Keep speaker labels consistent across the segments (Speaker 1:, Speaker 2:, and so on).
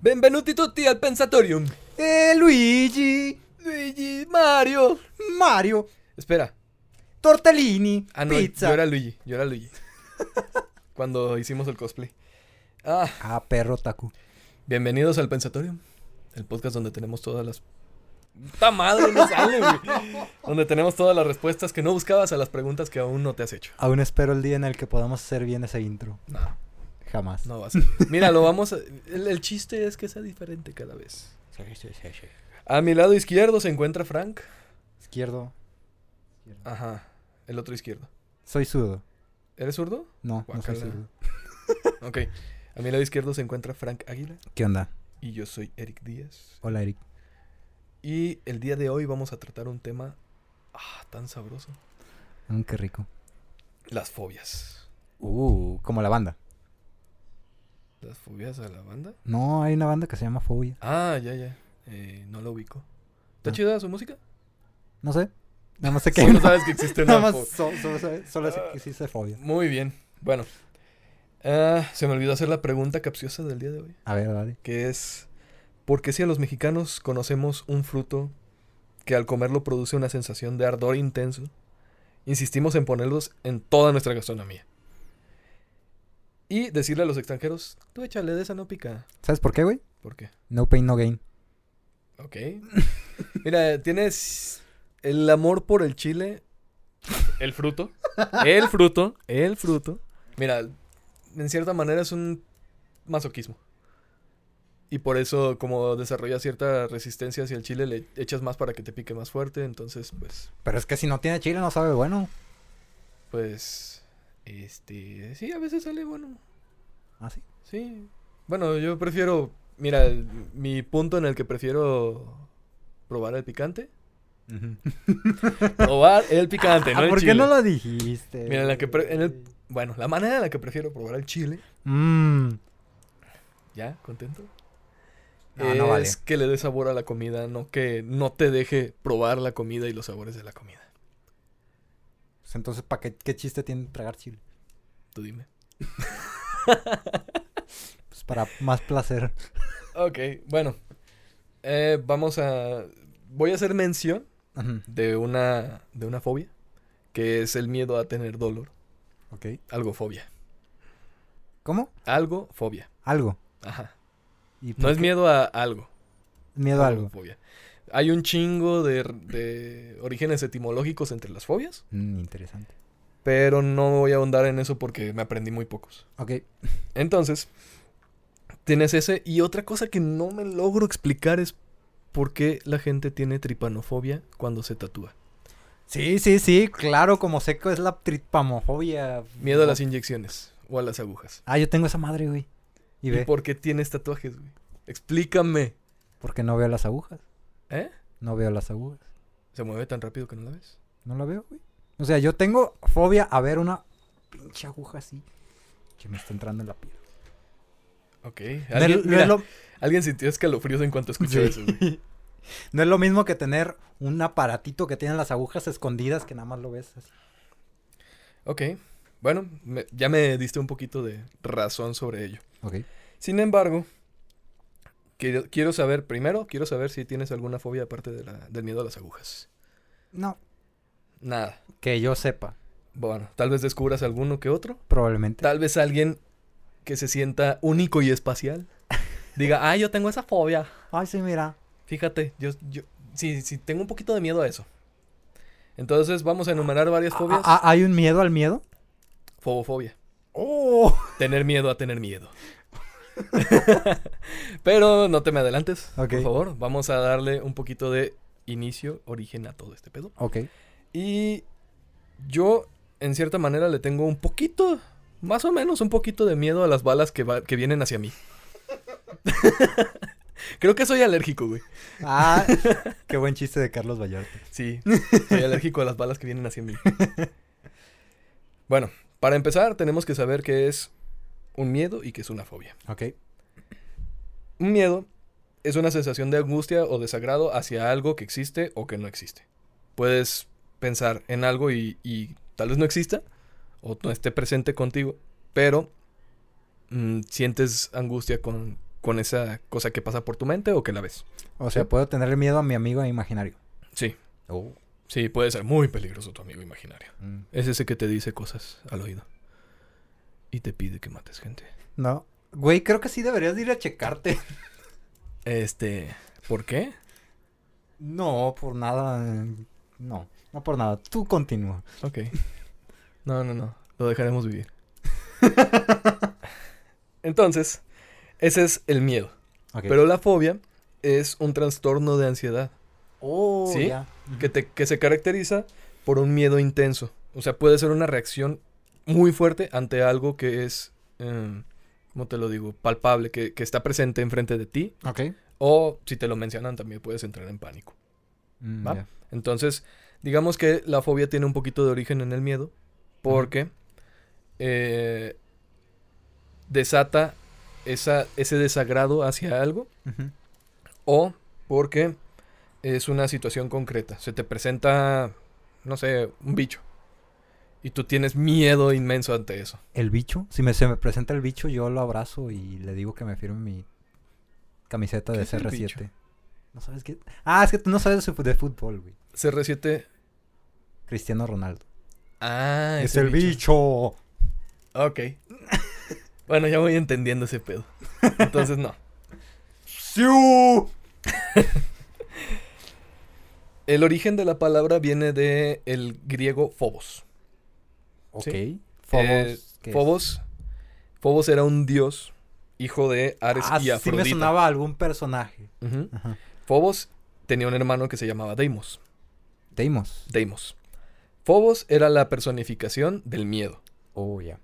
Speaker 1: Benvenuti tutti al Pensatorium.
Speaker 2: Eh, Luigi,
Speaker 1: Luigi, Mario.
Speaker 2: Mario,
Speaker 1: Espera.
Speaker 2: tortellini,
Speaker 1: Ah, no,
Speaker 2: pizza.
Speaker 1: yo era Luigi, yo era Luigi. Cuando hicimos el cosplay. Ah,
Speaker 2: Ah, perro taku.
Speaker 1: bienvenidos al Pensatorium, el podcast donde tenemos todas las ¡Puta madre, no sale, güey! Donde tenemos todas las respuestas que no buscabas a las preguntas que aún no te has hecho.
Speaker 2: Aún espero el día en el que podamos hacer bien ese intro.
Speaker 1: No,
Speaker 2: Jamás.
Speaker 1: no va a ser. Mira, lo vamos a- el, el chiste es que sea diferente cada vez. A mi lado izquierdo se encuentra Frank.
Speaker 2: Izquierdo.
Speaker 1: Ajá, el otro izquierdo.
Speaker 2: Soy sudo.
Speaker 1: ¿Eres zurdo?
Speaker 2: No, no soy
Speaker 1: Guácala.
Speaker 2: zurdo.
Speaker 1: Ok. A mi lado izquierdo se encuentra Frank Águila
Speaker 2: ¿Qué onda?
Speaker 1: y yo soy Eric Díaz.
Speaker 2: Hola, Eric.
Speaker 1: Y el día de hoy vamos a tratar un tema ah, tan sabroso.
Speaker 2: Mm, qué rico.
Speaker 1: Las fobias.
Speaker 2: Uh, como la banda.
Speaker 1: ¿Las fobias a la banda?
Speaker 2: No, hay una banda que se llama Fobia.
Speaker 1: Ah, ya, ya. Eh, no la ubico. ¿Está
Speaker 2: Ah.
Speaker 1: chida su música?
Speaker 2: No sé. Nada más sé que. hay
Speaker 1: Solo
Speaker 2: una-
Speaker 1: sabes que existe una
Speaker 2: Nada más
Speaker 1: fobia.
Speaker 2: so- solo, sé- solo sé que existe Fobia.
Speaker 1: Muy bien. Bueno. Ah, se me olvidó hacer la pregunta capciosa del día de hoy.
Speaker 2: A ver, dale.
Speaker 1: que es ¿por qué si a los mexicanos conocemos un fruto que al comerlo produce una sensación de ardor intenso, insistimos en ponerlos en toda nuestra gastronomía? Y decirle a los extranjeros, tú échale de esa no pica.
Speaker 2: ¿Sabes por qué, güey?
Speaker 1: ¿Por qué?
Speaker 2: No pain, no gain.
Speaker 1: Ok. Mira, tienes el amor por el chile. El fruto. El fruto. El fruto. Mira, en cierta manera es un masoquismo. Y por eso, como desarrolla cierta resistencia hacia el chile, le echas más para que te pique más fuerte. Entonces, pues,
Speaker 2: Pero es que si no tiene chile, no sabe bueno.
Speaker 1: pues, este, sí, a veces sale bueno.
Speaker 2: Ah, sí.
Speaker 1: Sí. Bueno, yo prefiero, mira, el- mi punto en el que prefiero probar el picante. Probar el picante,
Speaker 2: Ah,
Speaker 1: ¿no? el
Speaker 2: ¿Por qué
Speaker 1: chile.
Speaker 2: no lo dijiste?
Speaker 1: Mira, en la que pre- en el-
Speaker 2: güey?
Speaker 1: bueno, la manera en la que prefiero probar el chile,
Speaker 2: Mmm.
Speaker 1: ya, contento.
Speaker 2: No,
Speaker 1: es
Speaker 2: no vale.
Speaker 1: que le dé sabor a la comida, no que no te deje probar la comida y los sabores de la comida.
Speaker 2: Pues entonces, ¿para qué, qué chiste tiene tragar chile?
Speaker 1: Tú dime.
Speaker 2: Pues para más placer.
Speaker 1: Ok, bueno. Eh, vamos a. Voy a hacer mención
Speaker 2: Ujú,
Speaker 1: de una. de una fobia. Que es el miedo a tener dolor.
Speaker 2: ok.
Speaker 1: Algo fobia.
Speaker 2: ¿Cómo?
Speaker 1: Algo fobia.
Speaker 2: Algo.
Speaker 1: Ajá.
Speaker 2: ¿Y por
Speaker 1: No es
Speaker 2: qué?
Speaker 1: miedo a algo.
Speaker 2: Miedo a algo.
Speaker 1: Fobia. Hay un chingo de- de orígenes etimológicos entre las fobias.
Speaker 2: Mm, interesante.
Speaker 1: Pero no voy a ahondar en eso porque me aprendí muy pocos.
Speaker 2: Ok.
Speaker 1: Entonces, tienes ese. Y otra cosa que no me logro explicar es por qué la gente tiene tripanofobia cuando se tatúa.
Speaker 2: Sí, sí, sí. Claro, como seco es la tripamofobia.
Speaker 1: Miedo a las inyecciones o a las agujas.
Speaker 2: Ah, yo tengo esa madre, güey. Y
Speaker 1: ¿Y,
Speaker 2: ve.
Speaker 1: por qué tienes tatuajes, güey? Explícame.
Speaker 2: Porque no veo las agujas.
Speaker 1: ¿Eh?
Speaker 2: No veo las agujas.
Speaker 1: ¿Se mueve tan rápido que no la ves?
Speaker 2: No la veo, güey. O sea, yo tengo fobia a ver una pinche aguja así. Que me está entrando en la piel.
Speaker 1: Ok.
Speaker 2: No es-
Speaker 1: Alguien,
Speaker 2: no
Speaker 1: mira,
Speaker 2: es lo-
Speaker 1: alguien sintió escalofríos en cuanto escuchó
Speaker 2: Sí.
Speaker 1: eso, güey.
Speaker 2: No es lo mismo que tener un aparatito que tienen las agujas escondidas que nada más lo ves así.
Speaker 1: Ok. Bueno, me- ya me diste un poquito de razón sobre ello.
Speaker 2: Ok.
Speaker 1: Sin embargo, quiero, quiero saber, primero, quiero saber si tienes alguna fobia aparte de la- del miedo a las agujas.
Speaker 2: No.
Speaker 1: Nada.
Speaker 2: Que yo sepa,
Speaker 1: Bueno, tal vez descubras alguno que otro.
Speaker 2: probablemente.
Speaker 1: Tal vez alguien que se sienta único y espacial diga, ah, yo tengo esa fobia.
Speaker 2: Ay, sí, mira.
Speaker 1: Fíjate, yo, yo sí, sí, tengo un poquito de miedo a eso. Entonces vamos a enumerar varias
Speaker 2: Ah,
Speaker 1: fobias.
Speaker 2: ah, ¿Hay un miedo al miedo?
Speaker 1: Fobofobia.
Speaker 2: ¡Oh!
Speaker 1: Tener miedo a tener miedo. Pero no te me adelantes,
Speaker 2: Ok.
Speaker 1: por favor. Vamos a darle un poquito de inicio, origen a todo este pedo.
Speaker 2: Ok.
Speaker 1: Y yo, en cierta manera, le tengo un poquito, más o menos un poquito de miedo a las balas que, va- que vienen hacia mí. Creo que soy alérgico, güey.
Speaker 2: Ah, qué buen chiste de Carlos Vallarta.
Speaker 1: Sí, soy alérgico a las balas que vienen hacia mí. Bueno, para empezar, tenemos que saber qué es un miedo y qué es una fobia.
Speaker 2: Ok.
Speaker 1: Un miedo es una sensación de angustia o desagrado hacia algo que existe o que no existe. Puedes pensar en algo y, y tal vez no exista o no esté presente contigo, pero mm, sientes angustia con, con esa cosa que pasa por tu mente o que la ves.
Speaker 2: O sea,
Speaker 1: Sí.
Speaker 2: puedo tenerle miedo a mi amigo e imaginario.
Speaker 1: Sí,
Speaker 2: Oh.
Speaker 1: sí, puede ser muy peligroso tu amigo imaginario.
Speaker 2: Mm.
Speaker 1: Es ese que te dice cosas al oído. Y te pide que mates gente.
Speaker 2: No. Güey, creo que sí deberías de ir a checarte.
Speaker 1: Este, ¿por qué?
Speaker 2: No, por nada. eh, No, no por nada. Tú continúa.
Speaker 1: Ok. No, no, no. Lo dejaremos vivir. Entonces, ese es el miedo.
Speaker 2: Ok.
Speaker 1: Pero la fobia es un trastorno de ansiedad
Speaker 2: Oh,
Speaker 1: ¿Sí?
Speaker 2: ya.
Speaker 1: que, te- que se caracteriza por un miedo intenso. O sea, puede ser una reacción muy fuerte ante algo que es, eh, ¿cómo te lo digo? Palpable, que, que está presente enfrente de ti.
Speaker 2: Ok.
Speaker 1: O si te lo mencionan, también puedes entrar en pánico.
Speaker 2: Mm,
Speaker 1: ¿Va?
Speaker 2: ya.
Speaker 1: Entonces, digamos que la fobia tiene un poquito de origen en el miedo, porque eh, desata esa, ese desagrado hacia algo,
Speaker 2: Ujú.
Speaker 1: o porque es una situación concreta. Se te presenta, no sé, un bicho. Y tú tienes miedo inmenso ante eso.
Speaker 2: El bicho. Si me, se me presenta el bicho, yo lo abrazo y le digo que me firme mi camiseta
Speaker 1: ¿Qué
Speaker 2: de
Speaker 1: es el
Speaker 2: CR7. ¿No sabes qué? Ah, es que tú no sabes de fu- de fútbol, güey.
Speaker 1: CR7.
Speaker 2: Cristiano Ronaldo.
Speaker 1: Ah,
Speaker 2: es
Speaker 1: ese
Speaker 2: el bicho.
Speaker 1: Ok. bueno, ya voy entendiendo ese pedo. Entonces, no.
Speaker 2: ¡Siu!
Speaker 1: El origen de la palabra viene de el griego phobos.
Speaker 2: Ok.
Speaker 1: Sí.
Speaker 2: Fobos.
Speaker 1: Eh,
Speaker 2: ¿qué es?
Speaker 1: Fobos. Fobos era un dios, hijo de Ares
Speaker 2: Ah,
Speaker 1: y
Speaker 2: sí me
Speaker 1: Afrodita.
Speaker 2: sonaba a algún personaje.
Speaker 1: Ujú.
Speaker 2: Ajá.
Speaker 1: Fobos tenía un hermano que se llamaba Deimos.
Speaker 2: Deimos.
Speaker 1: Deimos. Fobos era la personificación del miedo.
Speaker 2: Oh, ya.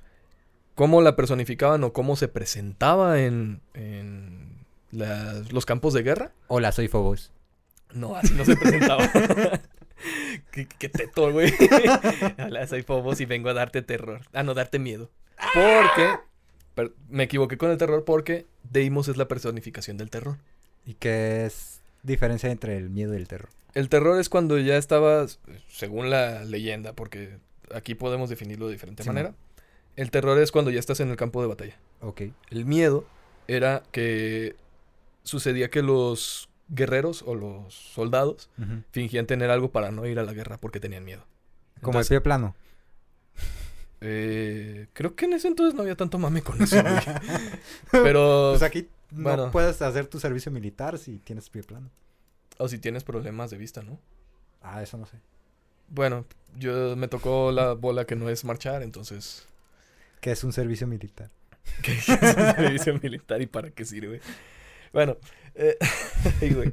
Speaker 1: Cómo la personificaban o cómo se presentaba en, en las- los campos de guerra.
Speaker 2: Hola, soy Fobos.
Speaker 1: No, así no se presentaba. qué, qué teto, güey. Hola, soy Fobos y vengo a darte terror. Ah, no, darte miedo. Porque. per- me equivoqué con el terror porque Deimos es la personificación del terror.
Speaker 2: ¿Y qué es diferencia entre el miedo y el terror?
Speaker 1: El terror es cuando ya estabas, según la leyenda, porque aquí podemos definirlo de diferente
Speaker 2: Sí,
Speaker 1: manera. El terror es cuando ya estás en el campo de batalla.
Speaker 2: Ok.
Speaker 1: El miedo era que sucedía que los guerreros o los soldados
Speaker 2: Ujú.
Speaker 1: fingían tener algo para no ir a la guerra porque tenían miedo.
Speaker 2: Como
Speaker 1: Entonces,
Speaker 2: el pie plano.
Speaker 1: eh, creo que en ese entonces no había tanto mame con eso, güey. Pero,
Speaker 2: Pues aquí no
Speaker 1: bueno.
Speaker 2: puedes hacer tu servicio militar si tienes pie plano.
Speaker 1: o si tienes problemas de vista, ¿no?
Speaker 2: Ah, eso no sé.
Speaker 1: Bueno, yo me tocó la bola que no es marchar, entonces...
Speaker 2: ¿Qué es un servicio militar?
Speaker 1: ¿Qué es el servicio militar y para qué sirve? Bueno, eh, ay, güey.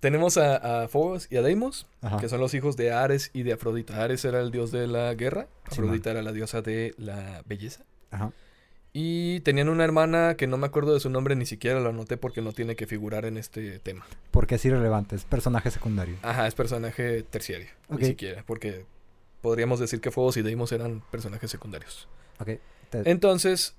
Speaker 1: tenemos a, a Phobos y a Deimos,
Speaker 2: Ajá.
Speaker 1: que son los hijos de Ares y de Afrodita. Ares era el dios de la guerra,
Speaker 2: Sí,
Speaker 1: Afrodita era la diosa de la belleza.
Speaker 2: Ajá.
Speaker 1: Y tenían una hermana que no me acuerdo de su nombre, ni siquiera lo anoté porque no tiene que figurar en este tema.
Speaker 2: Porque es irrelevante, es personaje secundario.
Speaker 1: Ajá, es personaje terciario,
Speaker 2: Ok.
Speaker 1: ni siquiera, porque podríamos decir que Phobos y Deimos eran personajes secundarios.
Speaker 2: Ok. te-
Speaker 1: Entonces,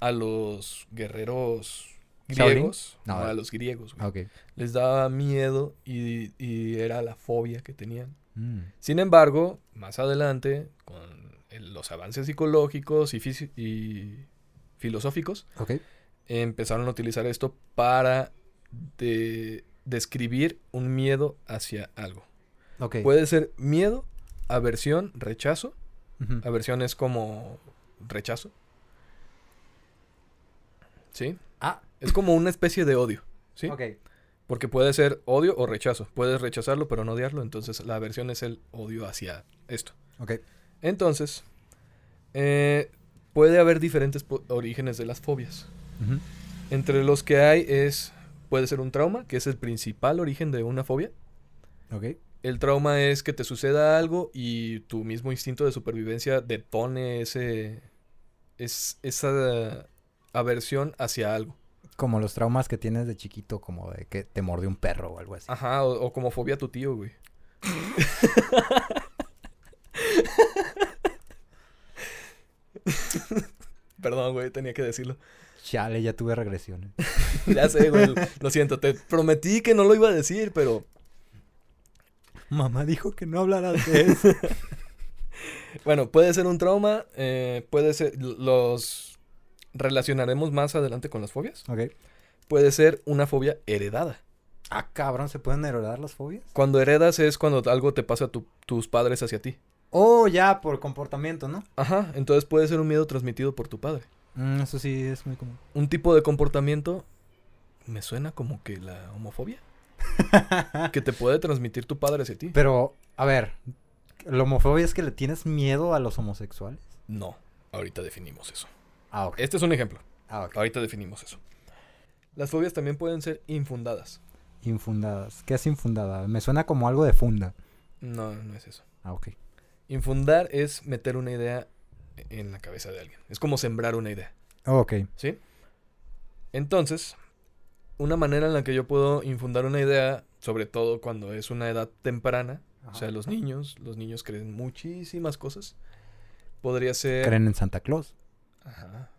Speaker 1: a los guerreros
Speaker 2: ¿Shaolin?
Speaker 1: griegos,
Speaker 2: No,
Speaker 1: no,
Speaker 2: eh.
Speaker 1: a los griegos, güey,
Speaker 2: ah, ok.
Speaker 1: les daba miedo y, y era la fobia que tenían.
Speaker 2: Mm.
Speaker 1: Sin embargo, más adelante, con el- los avances psicológicos y, fisi- y filosóficos,
Speaker 2: Ok.
Speaker 1: empezaron a utilizar esto para de- describir un miedo hacia algo.
Speaker 2: Ok.
Speaker 1: Puede ser miedo, aversión, rechazo.
Speaker 2: Ujú.
Speaker 1: Aversión es como rechazo. ¿Sí?
Speaker 2: Ah,
Speaker 1: Es como una especie de odio, ¿sí?
Speaker 2: ok.
Speaker 1: Porque puede ser odio o rechazo. Puedes rechazarlo pero no odiarlo, entonces la aversión es el odio hacia esto.
Speaker 2: Ok.
Speaker 1: Entonces, eh, puede haber diferentes po- orígenes de las fobias.
Speaker 2: Ujú.
Speaker 1: Entre los que hay es, puede ser un trauma, que es el principal origen de una fobia.
Speaker 2: Ok.
Speaker 1: El trauma es que te suceda algo y tu mismo instinto de supervivencia detone ese, es, esa aversión hacia algo.
Speaker 2: Como los traumas que tienes de chiquito, como de que te mordió un perro o algo así.
Speaker 1: Ajá, o, o como fobia a tu tío, güey. Perdón, güey, tenía que decirlo.
Speaker 2: Chale, ya tuve ¿eh? regresiones.
Speaker 1: Ya sé, güey, lo siento, te prometí que no lo iba a decir, pero
Speaker 2: Mamá dijo que no hablaras de eso.
Speaker 1: Bueno, puede ser un trauma, eh, puede ser, los relacionaremos más adelante con las fobias,
Speaker 2: ok.
Speaker 1: puede ser una fobia heredada.
Speaker 2: Ah, cabrón, ¿se pueden heredar las fobias?
Speaker 1: Cuando heredas es cuando algo te pasa a tu- tus padres hacia ti.
Speaker 2: Oh, ya, por comportamiento, ¿no?
Speaker 1: Ajá, entonces puede ser un miedo transmitido por tu padre.
Speaker 2: Mm, eso sí es muy común.
Speaker 1: Un tipo de comportamiento me suena como que la homofobia. que te puede transmitir tu padre hacia ti.
Speaker 2: Pero, a ver, ¿la homofobia es que le tienes miedo a los homosexuales?
Speaker 1: No, ahorita definimos eso.
Speaker 2: Ah, ok.
Speaker 1: Este es un ejemplo.
Speaker 2: Ah, ok.
Speaker 1: Ahorita definimos eso. Las fobias también pueden ser infundadas.
Speaker 2: Infundadas. ¿Qué es infundada? Me suena como algo de funda.
Speaker 1: No, no es eso.
Speaker 2: Ah, ok.
Speaker 1: Infundar es meter una idea en la cabeza de alguien. Es como sembrar una idea.
Speaker 2: Oh, ok.
Speaker 1: ¿Sí? Entonces, una manera en la que yo puedo infundar una idea, sobre todo cuando es una edad temprana, o sea,
Speaker 2: Ajá.
Speaker 1: los niños, los niños creen muchísimas cosas. Podría ser...
Speaker 2: Creen en Santa Claus.
Speaker 1: Ajá.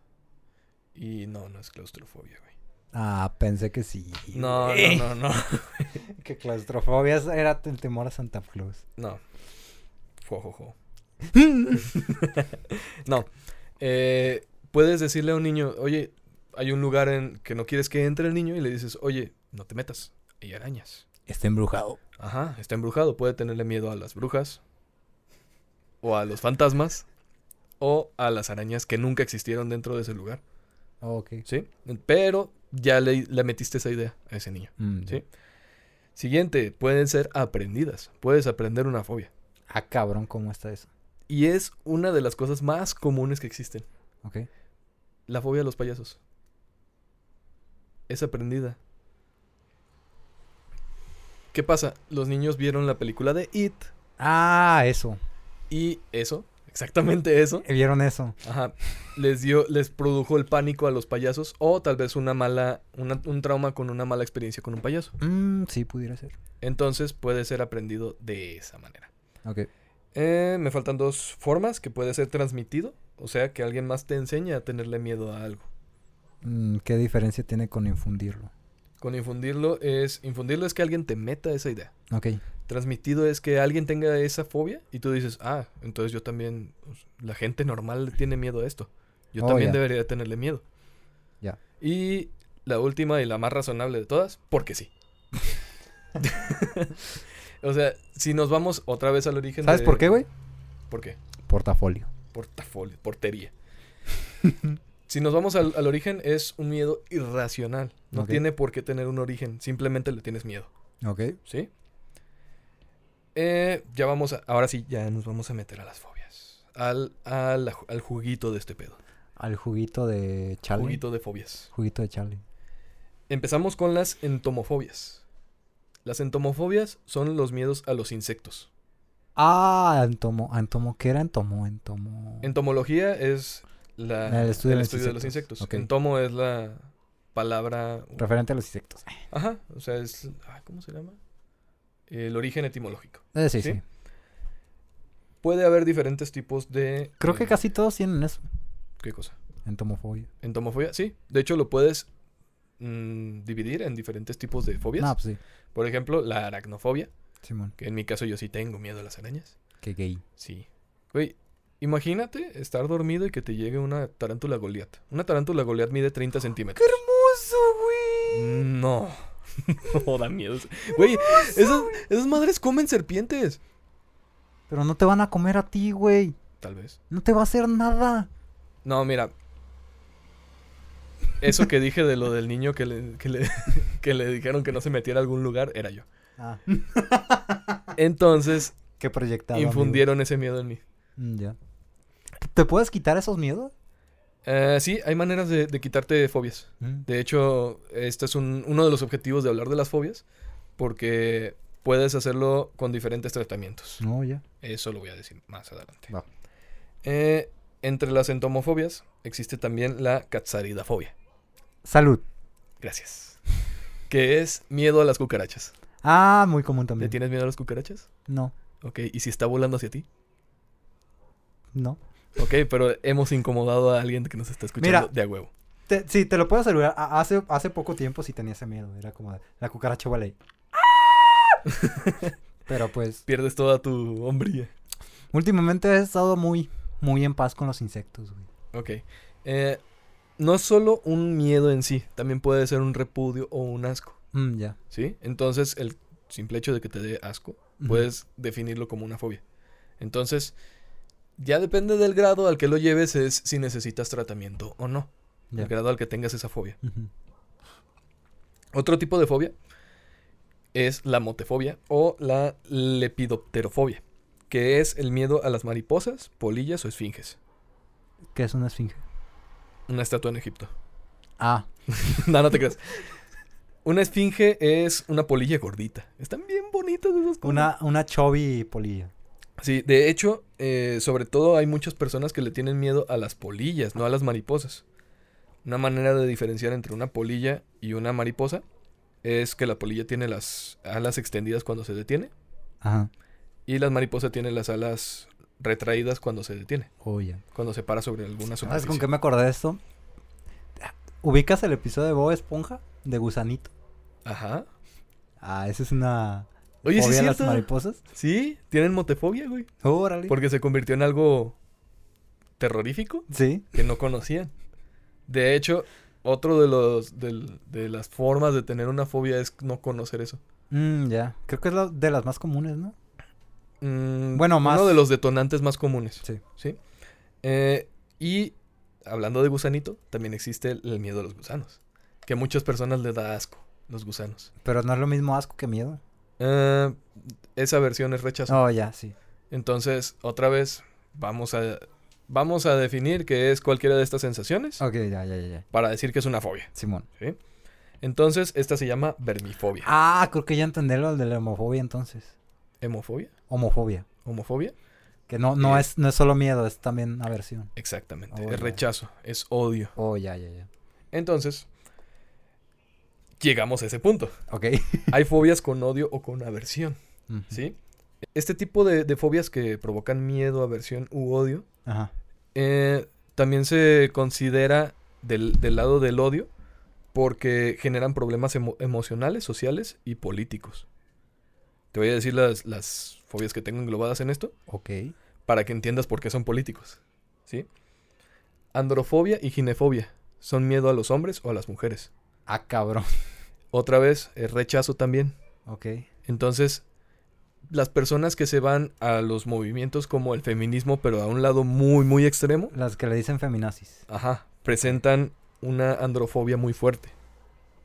Speaker 1: Y no, no es claustrofobia, güey.
Speaker 2: Ah, pensé que sí.
Speaker 1: No,
Speaker 2: güey.
Speaker 1: no, no, no.
Speaker 2: Que claustrofobia es- era el temor a Santa Claus.
Speaker 1: No. Jojojo. no. Eh, puedes decirle a un niño, oye, hay un lugar en que no quieres que entre el niño y le dices, oye, no te metas. Hay arañas.
Speaker 2: Está embrujado.
Speaker 1: Ajá, está embrujado. Puede tenerle miedo a las brujas. O a los fantasmas. O a las arañas que nunca existieron dentro de ese lugar.
Speaker 2: Oh, ok.
Speaker 1: ¿Sí? Pero ya le, le metiste esa idea a ese niño.
Speaker 2: Mm,
Speaker 1: ¿Sí? Siguiente, pueden ser aprendidas. Puedes aprender una fobia.
Speaker 2: Ah, cabrón, ¿cómo está eso?
Speaker 1: Y es una de las cosas más comunes que existen.
Speaker 2: Ok.
Speaker 1: La fobia a los payasos. Es aprendida. ¿Qué pasa? Los niños vieron la película de It
Speaker 2: Ah, eso. Eh,
Speaker 1: y eso, exactamente eso,
Speaker 2: ¿Vieron eso?
Speaker 1: ajá, les dio, les produjo el pánico a los payasos o tal vez una mala, una- un trauma con una mala experiencia con un payaso.
Speaker 2: Mm, sí, pudiera ser.
Speaker 1: Entonces puede ser aprendido de esa manera.
Speaker 2: Ok.
Speaker 1: Eh, me faltan dos formas que puede ser transmitido, o sea, que alguien más te enseña a tenerle miedo a algo.
Speaker 2: Mm, ¿Qué diferencia tiene con infundirlo?
Speaker 1: Con infundirlo es, infundirlo es que alguien te meta esa idea.
Speaker 2: Ok.
Speaker 1: transmitido es que alguien tenga esa fobia y tú dices, ah, entonces yo también, pues, la gente normal le tiene miedo a esto. Yo
Speaker 2: Oh,
Speaker 1: también
Speaker 2: ya.
Speaker 1: debería tenerle miedo.
Speaker 2: Ya.
Speaker 1: Y la última y la más razonable de todas, porque sí. o sea, si nos vamos otra vez al origen.
Speaker 2: ¿Sabes
Speaker 1: de-
Speaker 2: por qué, güey?
Speaker 1: ¿Por qué?
Speaker 2: Portafolio.
Speaker 1: Portafolio, portería. si nos vamos al, al origen, es un miedo irracional. No
Speaker 2: Ok.
Speaker 1: tiene por qué tener un origen, simplemente le tienes miedo.
Speaker 2: Ok.
Speaker 1: ¿Sí? Eh, ya vamos a... Ahora sí, ya nos vamos a meter a las fobias. Al, a la ju- al juguito de este pedo.
Speaker 2: Al juguito de Charlie. Juguito.
Speaker 1: Juguito de fobias.
Speaker 2: de Charlie.
Speaker 1: Empezamos con las entomofobias. Las entomofobias son los miedos a los insectos.
Speaker 2: Ah, Antomo. Antomo, ¿qué era Antomo? Antomo.
Speaker 1: Entomología es la-
Speaker 2: Ah, El estudio de los
Speaker 1: de los
Speaker 2: insectos.
Speaker 1: insectos.
Speaker 2: Ok.
Speaker 1: Entomo es la palabra...
Speaker 2: Referente a los insectos.
Speaker 1: Ajá, o sea, es... ah, ¿Cómo se llama? El origen etimológico.
Speaker 2: Eh, sí,
Speaker 1: ¿Sí?
Speaker 2: sí,
Speaker 1: Puede haber diferentes tipos de...
Speaker 2: Creo que
Speaker 1: eh,
Speaker 2: casi todos tienen eso.
Speaker 1: ¿Qué cosa?
Speaker 2: Entomofobia.
Speaker 1: Entomofobia, sí. De hecho, lo puedes mm, dividir en diferentes tipos de fobias.
Speaker 2: No, pues sí.
Speaker 1: Por ejemplo, la aracnofobia,
Speaker 2: Simón.
Speaker 1: que en mi caso yo sí tengo miedo a las arañas.
Speaker 2: Qué gay.
Speaker 1: Sí. Güey, imagínate estar dormido y que te llegue una tarántula Goliat. Una tarántula Goliat mide 30 centímetros.
Speaker 2: hermoso, güey!
Speaker 1: Mm. No. No, da miedo. Güey, esas, esas madres comen serpientes.
Speaker 2: Pero no te van a comer a ti, güey.
Speaker 1: Tal vez.
Speaker 2: No te va a hacer nada.
Speaker 1: No, mira. Eso que dije de lo del niño que le, que le, que le dijeron que no se metiera a algún lugar, era yo.
Speaker 2: Ah.
Speaker 1: Entonces,
Speaker 2: Qué proyectado. amigo.
Speaker 1: infundieron ese miedo en mí.
Speaker 2: Mm, ya. ¿Te puedes quitar esos miedos?
Speaker 1: Eh, sí, hay maneras de, de quitarte fobias.
Speaker 2: Mm.
Speaker 1: De hecho, este es un- uno de los objetivos de hablar de las fobias, porque puedes hacerlo con diferentes tratamientos.
Speaker 2: No, ya.
Speaker 1: Eso lo voy a decir más adelante.
Speaker 2: Va.
Speaker 1: Eh, entre las entomofobias existe también la catsaridafobia.
Speaker 2: Salud.
Speaker 1: Gracias. Que es miedo a las cucarachas.
Speaker 2: Ah, muy común
Speaker 1: ¿Le
Speaker 2: también.
Speaker 1: tienes miedo a las cucarachas?
Speaker 2: No,
Speaker 1: Ok, ¿y si está volando hacia ti?
Speaker 2: no.
Speaker 1: Ok, pero hemos incomodado a alguien que nos está escuchando
Speaker 2: Mira.
Speaker 1: de a huevo.
Speaker 2: Te- sí, te lo puedo asegurar. a- Hace, hace poco tiempo sí tenía ese miedo. Era como de, la cucaracha huele. ahí".
Speaker 1: ¡Ah!
Speaker 2: Pero pues,
Speaker 1: Pierdes toda tu hombría.
Speaker 2: últimamente he estado muy, muy en paz con los insectos, güey.
Speaker 1: Ok. Eh, no es solo un miedo en sí, también puede ser un repudio o un asco,
Speaker 2: Mm, ya.
Speaker 1: ¿sí? Entonces, el simple hecho de que te dé asco,
Speaker 2: Ujú.
Speaker 1: puedes definirlo como una fobia. Entonces, ya depende del grado al que lo lleves, es si necesitas tratamiento o no,
Speaker 2: ya.
Speaker 1: el grado al que tengas esa fobia.
Speaker 2: Ujú.
Speaker 1: Otro tipo de fobia es la motefobia o la lepidopterofobia, que es el miedo a las mariposas, polillas o esfinges.
Speaker 2: ¿Qué es una esfinge?
Speaker 1: Una estatua en Egipto.
Speaker 2: Ah,
Speaker 1: no, no te creas. Una esfinge es una polilla gordita. Están bien bonitas esas cosas.
Speaker 2: una, una chobi polilla.
Speaker 1: Sí, de hecho, eh, sobre todo hay muchas personas que le tienen miedo a las polillas, no a las mariposas. Una manera de diferenciar entre una polilla y una mariposa es que la polilla tiene las alas extendidas cuando se detiene
Speaker 2: Ajá.
Speaker 1: Y las mariposas tienen las alas retraídas cuando se detiene,
Speaker 2: Oye.
Speaker 1: cuando se para sobre alguna
Speaker 2: Ah, ¿Sabes
Speaker 1: superficie.
Speaker 2: Ah, con qué me acordé de esto? ¿Ubicas el episodio de Bob Esponja? De Gusanito.
Speaker 1: Ajá.
Speaker 2: Ah, esa es una
Speaker 1: Oye, sí
Speaker 2: fobia
Speaker 1: es
Speaker 2: a las
Speaker 1: cierto.
Speaker 2: mariposas.
Speaker 1: Sí, tienen motefobia, güey.
Speaker 2: Órale.
Speaker 1: Porque se convirtió en algo terrorífico
Speaker 2: Sí.
Speaker 1: que no conocían. De hecho, otro de los del- de las formas de tener una fobia es no conocer eso.
Speaker 2: Mm, ya. Creo que es la- de las más comunes, ¿no?
Speaker 1: Mm,
Speaker 2: Bueno, más-
Speaker 1: Uno de los detonantes más comunes.
Speaker 2: Sí.
Speaker 1: ¿sí? Eh, y hablando de gusanito, también existe el- el miedo a los gusanos. Que a muchas personas le da asco los gusanos.
Speaker 2: Pero no es lo mismo asco que miedo.
Speaker 1: Eh, esa versión es rechazo.
Speaker 2: Oh, ya, sí.
Speaker 1: Entonces, otra vez, vamos a, vamos a definir qué es cualquiera de estas sensaciones
Speaker 2: Ok, ya, ya, ya, ya.
Speaker 1: para decir que es una fobia.
Speaker 2: Simón.
Speaker 1: Entonces, esta se llama vermifobia.
Speaker 2: Ah, creo que ya entendí lo de la homofobia entonces.
Speaker 1: ¿Hemofobia?
Speaker 2: Homofobia.
Speaker 1: ¿Homofobia?
Speaker 2: Que no, no,
Speaker 1: Eh.
Speaker 2: es, no es solo miedo, es también aversión.
Speaker 1: Exactamente.
Speaker 2: Oh,
Speaker 1: es
Speaker 2: ya.
Speaker 1: rechazo, es odio.
Speaker 2: Oh, ya, ya, ya.
Speaker 1: Entonces, llegamos a ese punto.
Speaker 2: Ok.
Speaker 1: Hay fobias con odio o con aversión,
Speaker 2: Ujú.
Speaker 1: ¿sí? Este tipo de, de fobias que provocan miedo, aversión u odio
Speaker 2: Ajá.
Speaker 1: Eh, también se considera del, del lado del odio porque generan problemas emo- emocionales, sociales y políticos. Te voy a decir las, las fobias que tengo englobadas en esto
Speaker 2: Ok.
Speaker 1: para que entiendas por qué son políticos. ¿Sí? Androfobia y ginefobia son miedo a los hombres o a las mujeres.
Speaker 2: Ah, cabrón.
Speaker 1: Otra vez, es rechazo también.
Speaker 2: Ok.
Speaker 1: Entonces, las personas que se van a los movimientos como el feminismo, pero a un lado muy, muy extremo,
Speaker 2: Las que le dicen feminazis.
Speaker 1: Ajá, presentan una androfobia muy fuerte,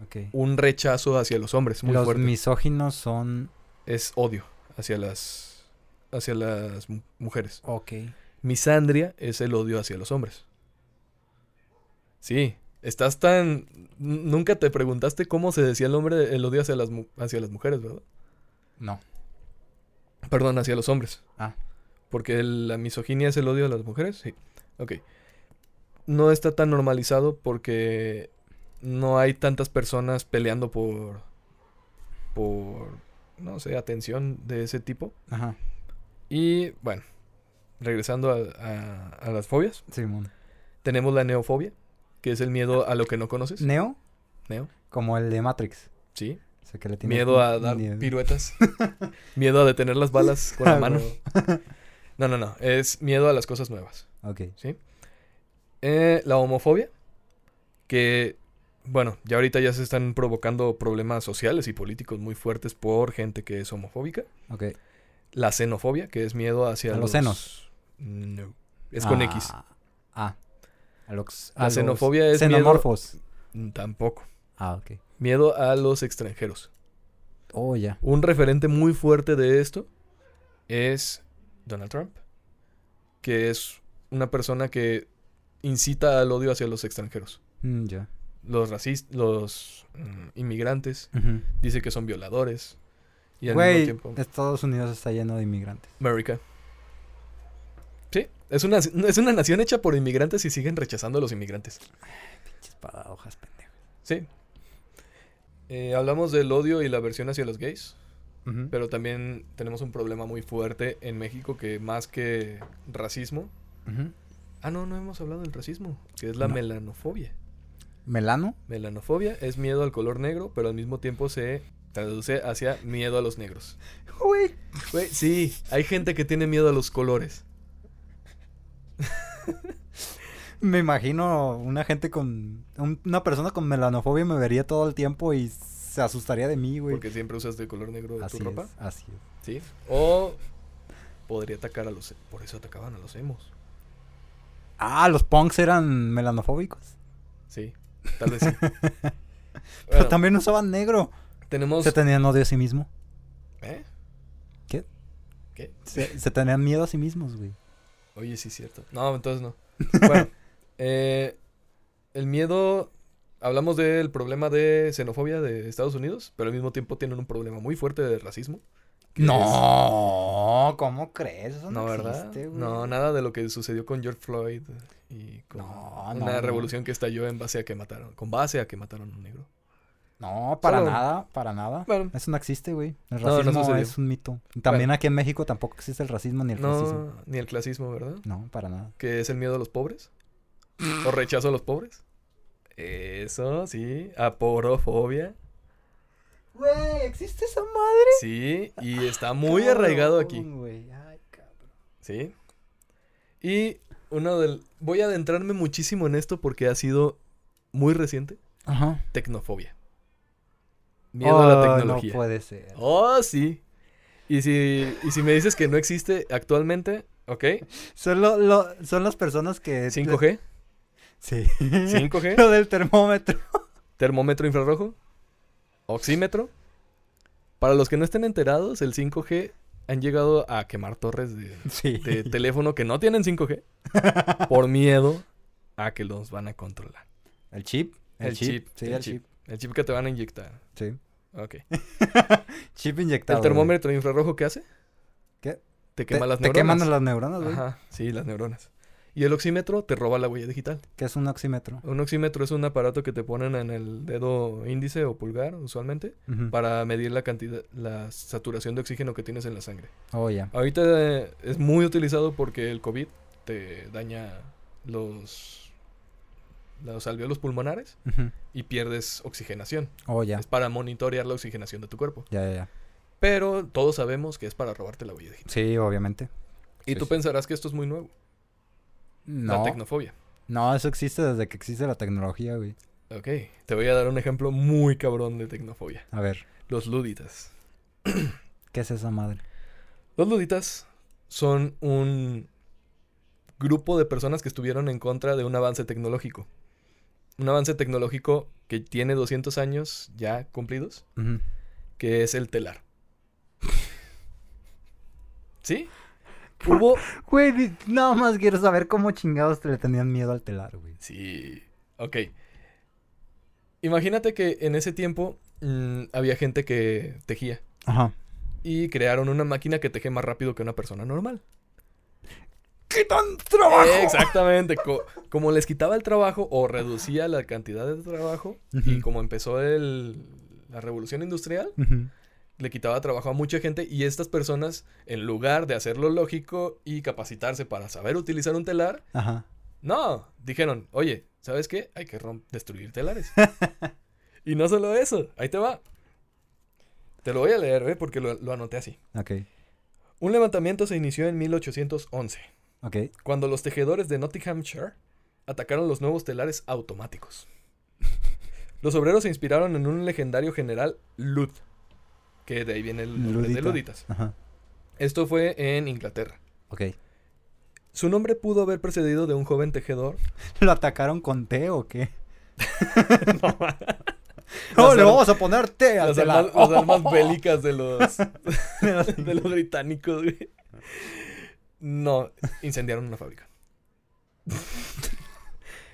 Speaker 2: Ok.
Speaker 1: un rechazo hacia los hombres Uh, muy
Speaker 2: Los
Speaker 1: fuerte.
Speaker 2: misóginos son.
Speaker 1: Es odio hacia las hacia las mu- mujeres.
Speaker 2: Ok.
Speaker 1: Misandria es el odio hacia los hombres. Sí, estás tan n- nunca te preguntaste cómo se decía el hombre el odio hacia las mu- hacia las mujeres, ¿verdad?
Speaker 2: No.
Speaker 1: Perdón, hacia los hombres.
Speaker 2: Ah.
Speaker 1: Porque el- la misoginia es el odio a las mujeres, sí. Ok. No está tan normalizado porque no hay tantas personas peleando por. por. no sé, atención de ese tipo.
Speaker 2: Ajá.
Speaker 1: Y bueno, regresando a, a- a las fobias,
Speaker 2: Simón.
Speaker 1: tenemos la neofobia, que es el miedo a lo que no conoces.
Speaker 2: Neo,
Speaker 1: Neo,
Speaker 2: como el de Matrix.
Speaker 1: sí.
Speaker 2: O sea, que le tiene
Speaker 1: Miedo a dar
Speaker 2: miedo.
Speaker 1: piruetas. miedo a detener las balas con la
Speaker 2: Ah,
Speaker 1: mano.
Speaker 2: huevo.
Speaker 1: No, no, no. Es miedo a las cosas nuevas.
Speaker 2: Ok.
Speaker 1: Eh, la homofobia, que, bueno, ya ahorita ya se están provocando problemas sociales y políticos muy fuertes por gente que es homofóbica.
Speaker 2: Ok.
Speaker 1: La xenofobia, que es miedo hacia
Speaker 2: A los senos.
Speaker 1: No. Es con X.
Speaker 2: Ah. Ah. A los.
Speaker 1: La xenofobia es miedo-
Speaker 2: Xenomorfos.
Speaker 1: Mm, Tampoco.
Speaker 2: Ah, ok.
Speaker 1: Miedo a los extranjeros.
Speaker 2: Oh, ya.
Speaker 1: Un referente muy fuerte de esto es Donald Trump, que es una persona que incita al odio hacia los extranjeros.
Speaker 2: Mm, ya.
Speaker 1: Los racistas, los mm, inmigrantes,
Speaker 2: Ujú.
Speaker 1: dice que son violadores. Y al
Speaker 2: Güey,
Speaker 1: mismo tiempo.
Speaker 2: Estados Unidos está lleno de inmigrantes.
Speaker 1: America. Sí, es una, es una nación hecha por inmigrantes y siguen rechazando a los inmigrantes.
Speaker 2: Pinches paradojas, pendejo.
Speaker 1: Sí. Eh, hablamos del odio y la aversión hacia los gays, pero también tenemos un problema muy fuerte en México que más que racismo...
Speaker 2: Ujú.
Speaker 1: Ah, no, no hemos hablado del racismo, que es la
Speaker 2: No.
Speaker 1: melanofobia.
Speaker 2: Melano.
Speaker 1: Melanofobia es miedo al color negro, pero al mismo tiempo se traduce hacia miedo a los negros.
Speaker 2: Güey.
Speaker 1: Güey, sí, hay gente que tiene miedo a los colores.
Speaker 2: Me imagino una gente con. un- una persona con melanofobia me vería todo el tiempo y se asustaría de mí, güey.
Speaker 1: Porque siempre usaste el color negro de
Speaker 2: Así
Speaker 1: tu ropa.
Speaker 2: es, así es.
Speaker 1: Sí. O podría atacar a los. e, Por eso atacaban a los emos.
Speaker 2: Ah, los punks eran melanofóbicos.
Speaker 1: Sí. Tal vez sí.
Speaker 2: Pero
Speaker 1: Bueno,
Speaker 2: también usaban negro.
Speaker 1: tenemos.
Speaker 2: Se tenían odio a sí mismo.
Speaker 1: ¿Eh?
Speaker 2: ¿Qué?
Speaker 1: ¿Qué?
Speaker 2: Se, se tenían miedo a sí mismos, güey.
Speaker 1: Oye, sí, es cierto. No, entonces no. Bueno, eh, el miedo. Hablamos del problema de xenofobia de Estados Unidos, pero al mismo tiempo tienen un problema muy fuerte de racismo. que es-
Speaker 2: No, ¿cómo crees? Eso
Speaker 1: No, ¿verdad?
Speaker 2: existe, güey.
Speaker 1: no, nada de lo que sucedió con George Floyd y con
Speaker 2: No, no,
Speaker 1: una
Speaker 2: no.
Speaker 1: revolución que estalló en base a que mataron, con base a que mataron a un negro.
Speaker 2: No, para
Speaker 1: Solo-
Speaker 2: nada, para nada.
Speaker 1: Bueno,
Speaker 2: Eso no existe, güey. El
Speaker 1: No, no
Speaker 2: racismo
Speaker 1: sucedió.
Speaker 2: es un mito. Y También aquí en México tampoco existe el racismo ni el racismo.
Speaker 1: no, ni el clasismo, ¿verdad?
Speaker 2: No, para nada.
Speaker 1: que es el miedo a los pobres o rechazo a los pobres. Eso, sí, aporofobia.
Speaker 2: Güey, ¿existe esa madre?
Speaker 1: Sí, y está muy arraigado aquí, ¿sí? Y uno del voy a adentrarme muchísimo en esto porque ha sido muy reciente,
Speaker 2: Ajá.
Speaker 1: tecnofobia. Miedo a la
Speaker 2: Oh,
Speaker 1: tecnología.
Speaker 2: No puede ser.
Speaker 1: Oh, sí. Y si y si me dices que no existe actualmente, ¿ok?
Speaker 2: Son, lo- lo- son las personas que...
Speaker 1: 5G,
Speaker 2: Sí.
Speaker 1: 5G,
Speaker 2: Lo del termómetro.
Speaker 1: termómetro infrarrojo, oxímetro. Para los que no estén enterados, el 5G han llegado a quemar torres de,
Speaker 2: Sí.
Speaker 1: de teléfono que no tienen 5G por miedo a que los van a controlar.
Speaker 2: El chip. El,
Speaker 1: El
Speaker 2: chip.
Speaker 1: chip,
Speaker 2: Sí,
Speaker 1: el
Speaker 2: el,
Speaker 1: chip.
Speaker 2: chip.
Speaker 1: El chip que te van a inyectar.
Speaker 2: Sí.
Speaker 1: Ok.
Speaker 2: Chip inyectado.
Speaker 1: ¿El
Speaker 2: güey.
Speaker 1: termómetro infrarrojo qué hace?
Speaker 2: ¿Qué?
Speaker 1: Te
Speaker 2: Te,
Speaker 1: quema las
Speaker 2: te
Speaker 1: neuronas.
Speaker 2: queman las neuronas, güey.
Speaker 1: Ajá, sí, las neuronas. Y el oxímetro te roba la huella digital.
Speaker 2: Que es un oxímetro.
Speaker 1: Un oxímetro es un aparato que te ponen en el dedo índice o pulgar, usualmente,
Speaker 2: Ujú.
Speaker 1: para medir la cantidad, la saturación de oxígeno que tienes en la sangre.
Speaker 2: Oh, ya.
Speaker 1: Ahorita eh, es muy utilizado porque el COVID te daña los, los alveolos pulmonares
Speaker 2: Ujú.
Speaker 1: y pierdes oxigenación.
Speaker 2: Oh, ya.
Speaker 1: Es para monitorear la oxigenación de tu cuerpo.
Speaker 2: Ya, ya, ya.
Speaker 1: Pero todos sabemos que es para robarte la huella digital.
Speaker 2: Sí, obviamente.
Speaker 1: Y
Speaker 2: Sí,
Speaker 1: tú
Speaker 2: sí.
Speaker 1: pensarás que esto es muy nuevo, la
Speaker 2: No.
Speaker 1: tecnofobia.
Speaker 2: No, eso existe desde que existe la tecnología, güey.
Speaker 1: Ok, te voy a dar un ejemplo muy cabrón de tecnofobia.
Speaker 2: A ver,
Speaker 1: Los luditas.
Speaker 2: ¿qué es esa madre?
Speaker 1: Los luditas son un grupo de personas que estuvieron en contra de un avance tecnológico. Un avance tecnológico que tiene 200 años ya cumplidos,
Speaker 2: Ujú.
Speaker 1: que es el telar. ¿Sí? Hubo...
Speaker 2: Güey, di- nada más quiero saber cómo chingados te le tenían miedo al telar, güey.
Speaker 1: Sí. Ok. Imagínate que en ese tiempo mm, había gente que tejía
Speaker 2: Ajá.
Speaker 1: y crearon una máquina que teje más rápido que una persona normal.
Speaker 2: ¡Qué tan trabajo!
Speaker 1: Exactamente. co- como les quitaba el trabajo o reducía la cantidad de trabajo, y
Speaker 2: Ujú.
Speaker 1: como empezó el- la revolución industrial,
Speaker 2: Ujú.
Speaker 1: le quitaba trabajo a mucha gente y estas personas, en lugar de hacerlo lógico y capacitarse para saber utilizar un telar,
Speaker 2: Ajá.
Speaker 1: no, dijeron, oye, ¿sabes qué? Hay que rom- destruir telares. y no solo eso, ahí te va. Te lo voy a leer, ¿eh? Porque lo- lo anoté así.
Speaker 2: Ok.
Speaker 1: Un levantamiento se inició en 1811.
Speaker 2: Ok.
Speaker 1: cuando los tejedores de Nottinghamshire atacaron los nuevos telares automáticos. Los obreros se inspiraron en un legendario general Lud, que de ahí viene el nombre de
Speaker 2: Ludita.
Speaker 1: Luditas.
Speaker 2: Ajá.
Speaker 1: Esto fue en Inglaterra.
Speaker 2: Ok.
Speaker 1: Su nombre pudo haber precedido de un joven tejedor.
Speaker 2: ¿Lo atacaron con té o qué?
Speaker 1: No,
Speaker 2: ¡No,
Speaker 1: Las
Speaker 2: le
Speaker 1: ar-
Speaker 2: vamos a poner té al
Speaker 1: las,
Speaker 2: telar!
Speaker 1: armas, las armas bélicas de los, de
Speaker 2: bélicas.
Speaker 1: los británicos, güey. No, incendiaron una fábrica.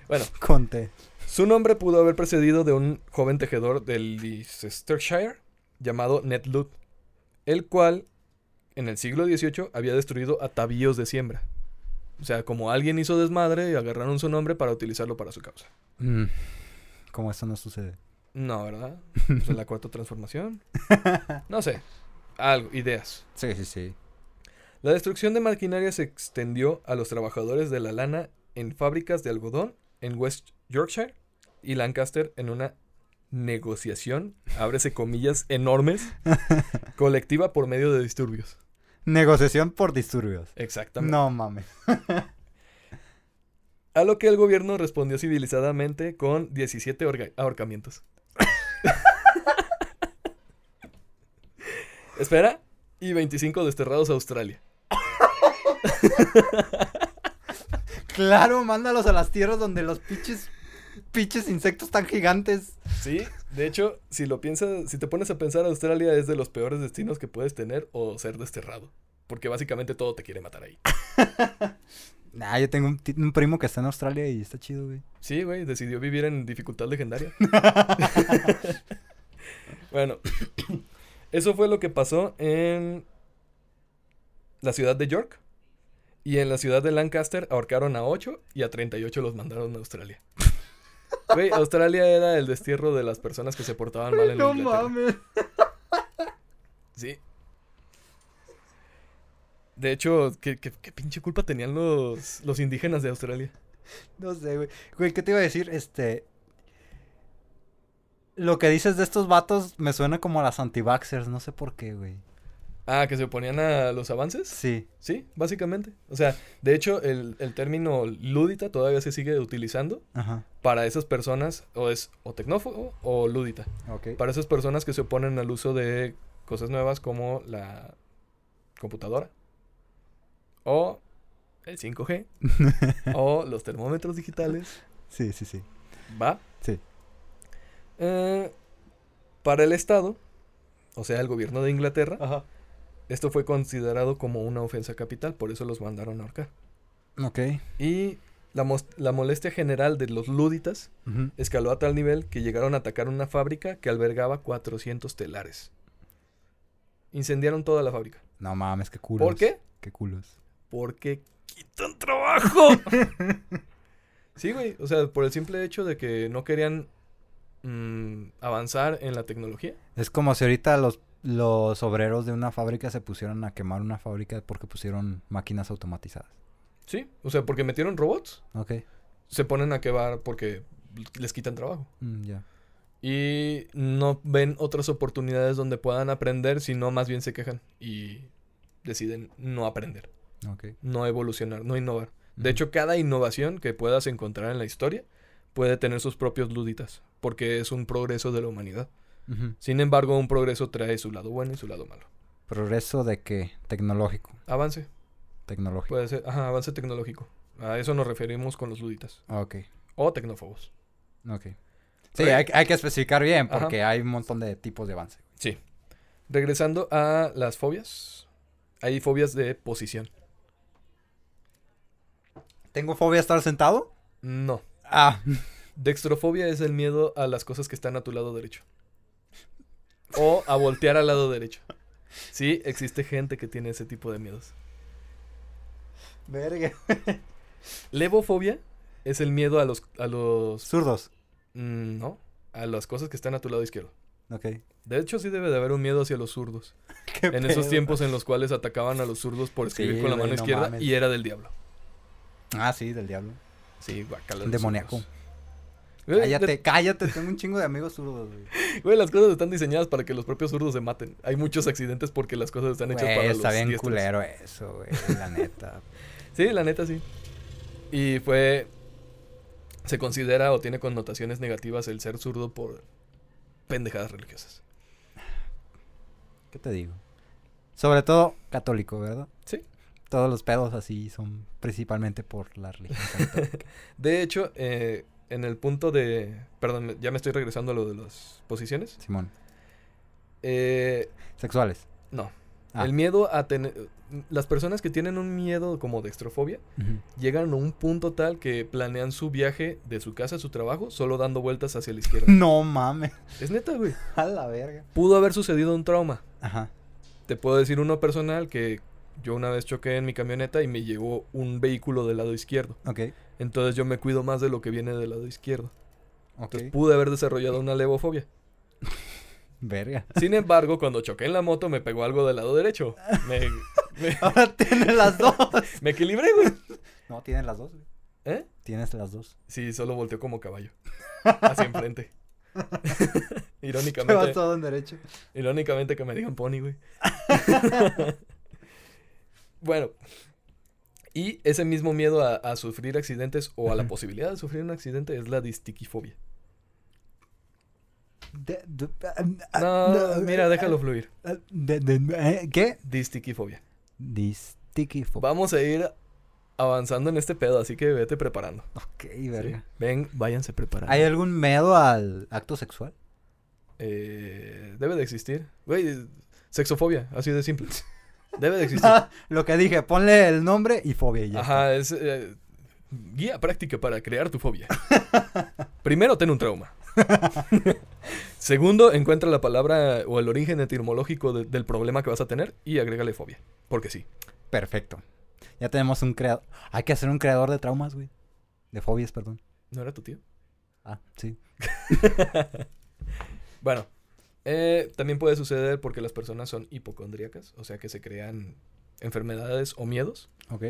Speaker 1: Bueno,
Speaker 2: con té.
Speaker 1: Su nombre pudo haber precedido de un joven tejedor del Leicestershire llamado Ned Ludd, el cual en el siglo XVIII había destruido atavíos de siembra. O sea, como alguien hizo desmadre y agarraron su nombre para utilizarlo para su causa.
Speaker 2: Mm. Como eso no sucede.
Speaker 1: No, ¿verdad? O sea, la cuarta transformación. No sé. Algo, ideas.
Speaker 2: Sí, sí, sí.
Speaker 1: La destrucción de maquinaria se extendió a los trabajadores de la lana en fábricas de algodón en West Yorkshire y Lancaster en una negociación, ábrese comillas enormes, colectiva por medio de disturbios.
Speaker 2: Negociación por disturbios.
Speaker 1: Exactamente.
Speaker 2: No mames.
Speaker 1: A lo que el gobierno respondió civilizadamente con 17 orga- ahorcamientos. Espera. Y 25 desterrados a Australia.
Speaker 2: Claro, mándalos a las tierras donde los pinches, pinches insectos tan gigantes.
Speaker 1: Sí, de hecho, si lo piensas, si te pones a pensar, Australia es de los peores destinos que puedes tener o ser desterrado. Porque básicamente todo te quiere matar ahí.
Speaker 2: Nah, yo tengo un, ti- un primo que está en Australia y está chido, güey.
Speaker 1: Sí, güey, decidió vivir en dificultad legendaria. bueno, eso fue lo que pasó en la ciudad de York. Y en la ciudad de Lancaster ahorcaron a 8 y a 38 los mandaron a Australia. Güey, Australia era el destierro de las personas que se portaban mal en
Speaker 2: no
Speaker 1: Inglaterra.
Speaker 2: mames.
Speaker 1: Sí. De hecho, ¿qué, qué- qué pinche culpa tenían los, los indígenas de Australia?
Speaker 2: No sé, güey. Güey, ¿qué te iba a decir? Este. Lo que dices de estos vatos me suena como a las anti-vaxxers, no sé por qué, güey.
Speaker 1: Ah, que se oponían a los avances.
Speaker 2: Sí.
Speaker 1: Sí, básicamente. O sea, de hecho, el, el término ludita todavía se sigue utilizando
Speaker 2: Ajá.
Speaker 1: para esas personas, o es o tecnófobo o ludita.
Speaker 2: Ok.
Speaker 1: Para esas personas que se oponen al uso de cosas nuevas como la computadora, o el 5G, o los termómetros digitales.
Speaker 2: Sí, sí, sí.
Speaker 1: ¿Va?
Speaker 2: Sí.
Speaker 1: Eh, para el Estado, o sea, el gobierno de Inglaterra,
Speaker 2: Ajá.
Speaker 1: esto fue considerado como una ofensa capital, por eso los mandaron a ahorcar.
Speaker 2: Ok.
Speaker 1: Y la, mos- la molestia general de los luditas
Speaker 2: Ujú.
Speaker 1: escaló a tal nivel que llegaron a atacar una fábrica que albergaba 400 telares. Incendiaron toda la fábrica.
Speaker 2: No mames, qué culos.
Speaker 1: ¿Por qué?
Speaker 2: Qué culos.
Speaker 1: Porque quitan trabajo. sí, güey. O sea, por el simple hecho de que no querían mm, avanzar en la tecnología.
Speaker 2: Es como si ahorita los, los obreros de una fábrica se pusieran a quemar una fábrica porque pusieron máquinas automatizadas.
Speaker 1: Sí. O sea, porque metieron robots,
Speaker 2: Ok.
Speaker 1: se ponen a quebar porque les quitan trabajo.
Speaker 2: Mm, ya.
Speaker 1: Y no ven otras oportunidades donde puedan aprender, sino más bien se quejan y deciden no aprender,
Speaker 2: Ok.
Speaker 1: no evolucionar, no innovar. De
Speaker 2: Ujú.
Speaker 1: hecho, cada innovación que puedas encontrar en la historia puede tener sus propios luditas, porque es un progreso de la humanidad.
Speaker 2: Ujú.
Speaker 1: Sin embargo, un progreso trae su lado bueno y su lado malo.
Speaker 2: ¿Progreso de qué? Tecnológico.
Speaker 1: Avance,
Speaker 2: Tecnológico.
Speaker 1: puede ser, ajá, avance tecnológico. A eso nos referimos con los luditas
Speaker 2: Ok.
Speaker 1: o tecnófobos.
Speaker 2: Ok. Sí,
Speaker 1: Re-
Speaker 2: hay, hay que especificar bien
Speaker 1: Ajá.
Speaker 2: porque hay un montón de tipos de avance.
Speaker 1: Sí. Regresando a las fobias, hay fobias de posición.
Speaker 2: ¿Tengo fobia a estar sentado?
Speaker 1: No.
Speaker 2: Ah.
Speaker 1: Dextrofobia es el miedo a las cosas que están a tu lado derecho. O a voltear al lado derecho. Sí, existe gente que tiene ese tipo de miedos.
Speaker 2: Verga.
Speaker 1: Levofobia es el miedo a los... A los
Speaker 2: Zurdos.
Speaker 1: mm, no, a las cosas que están a tu lado izquierdo.
Speaker 2: Ok.
Speaker 1: De hecho, sí debe de haber un miedo hacia los zurdos.
Speaker 2: Qué
Speaker 1: En esos
Speaker 2: pedo.
Speaker 1: tiempos en los cuales atacaban a los zurdos por escribir
Speaker 2: Sí,
Speaker 1: con la
Speaker 2: güey,
Speaker 1: mano
Speaker 2: no
Speaker 1: izquierda
Speaker 2: mames.
Speaker 1: y era del diablo.
Speaker 2: Ah, sí, del diablo.
Speaker 1: Sí, guacala.
Speaker 2: Demoníaco.
Speaker 1: Cállate.
Speaker 2: Cállate, cállate. Tengo un chingo de amigos zurdos, güey.
Speaker 1: Güey, las cosas están diseñadas para que los propios zurdos se maten. Hay muchos accidentes porque las cosas están hechas
Speaker 2: Güey,
Speaker 1: para los
Speaker 2: está bien
Speaker 1: diestros.
Speaker 2: culero eso, güey. La neta.
Speaker 1: Sí, la neta sí. Y fue. Se considera o tiene connotaciones negativas el ser zurdo por pendejadas religiosas.
Speaker 2: ¿Qué te digo? Sobre todo católico, ¿verdad?
Speaker 1: Sí.
Speaker 2: Todos los pedos así son principalmente por la religión. católica.
Speaker 1: De hecho, eh, en el punto de. Perdón, me- ya me estoy regresando a lo de las posiciones.
Speaker 2: Simón.
Speaker 1: Eh,
Speaker 2: Sexuales.
Speaker 1: no.
Speaker 2: Ah.
Speaker 1: El miedo a tener. Las personas que tienen un miedo como dextrofobia
Speaker 2: Ujú.
Speaker 1: llegan a un punto tal que planean su viaje de su casa a su trabajo solo dando vueltas hacia la izquierda.
Speaker 2: No mames.
Speaker 1: es neta, güey.
Speaker 2: A la verga.
Speaker 1: Pudo haber sucedido un trauma.
Speaker 2: Ajá.
Speaker 1: Te puedo decir uno personal que yo una vez choqué en mi camioneta y me llegó un vehículo del lado izquierdo.
Speaker 2: Ok.
Speaker 1: Entonces yo me cuido más de lo que viene del lado izquierdo.
Speaker 2: Ok.
Speaker 1: Entonces pude haber desarrollado una levofobia.
Speaker 2: Verga.
Speaker 1: Sin embargo, cuando choqué en la moto me pegó algo del lado derecho. Me, me-
Speaker 2: Ahora tienes las dos.
Speaker 1: me equilibré, güey.
Speaker 2: No, tienes las dos, güey.
Speaker 1: ¿Eh?
Speaker 2: Tienes las dos.
Speaker 1: Sí, solo volteó como caballo. Hacia enfrente.
Speaker 2: Te vas
Speaker 1: irónicamente,
Speaker 2: todo en derecho.
Speaker 1: irónicamente que me digan pony, güey. bueno. Y ese mismo miedo a, a sufrir accidentes o a la posibilidad de sufrir un accidente es la distiquifobia.
Speaker 2: De- de- ah,
Speaker 1: Ah, No, mira, déjalo fluir.
Speaker 2: eh, de- de- ¿Qué?
Speaker 1: Distiquifobia.
Speaker 2: Distiquifobia.
Speaker 1: Vamos a ir avanzando en este pedo, así que vete preparando.
Speaker 2: Ok,
Speaker 1: ¿sí?
Speaker 2: verga.
Speaker 1: Ven, váyanse preparando.
Speaker 2: ¿Hay algún miedo al acto sexual?
Speaker 1: Eh, debe de existir. Güey, sexofobia, así de simple. Debe de existir.
Speaker 2: Lo que dije, ponle el nombre y fobia y ya. está.
Speaker 1: Ajá, es eh, guía práctica para crear tu fobia. Primero, ten un trauma. Segundo, encuentra la palabra o el origen etimológico de- del problema que vas a tener y agrégale fobia. Porque sí.
Speaker 2: Perfecto. Ya tenemos un creador. Hay que hacer un creador de traumas, güey. De fobias, perdón.
Speaker 1: ¿No era tu tío?
Speaker 2: Ah, sí.
Speaker 1: Bueno, eh, también puede suceder porque las personas son hipocondríacas, o sea que se crean enfermedades o miedos.
Speaker 2: Ok.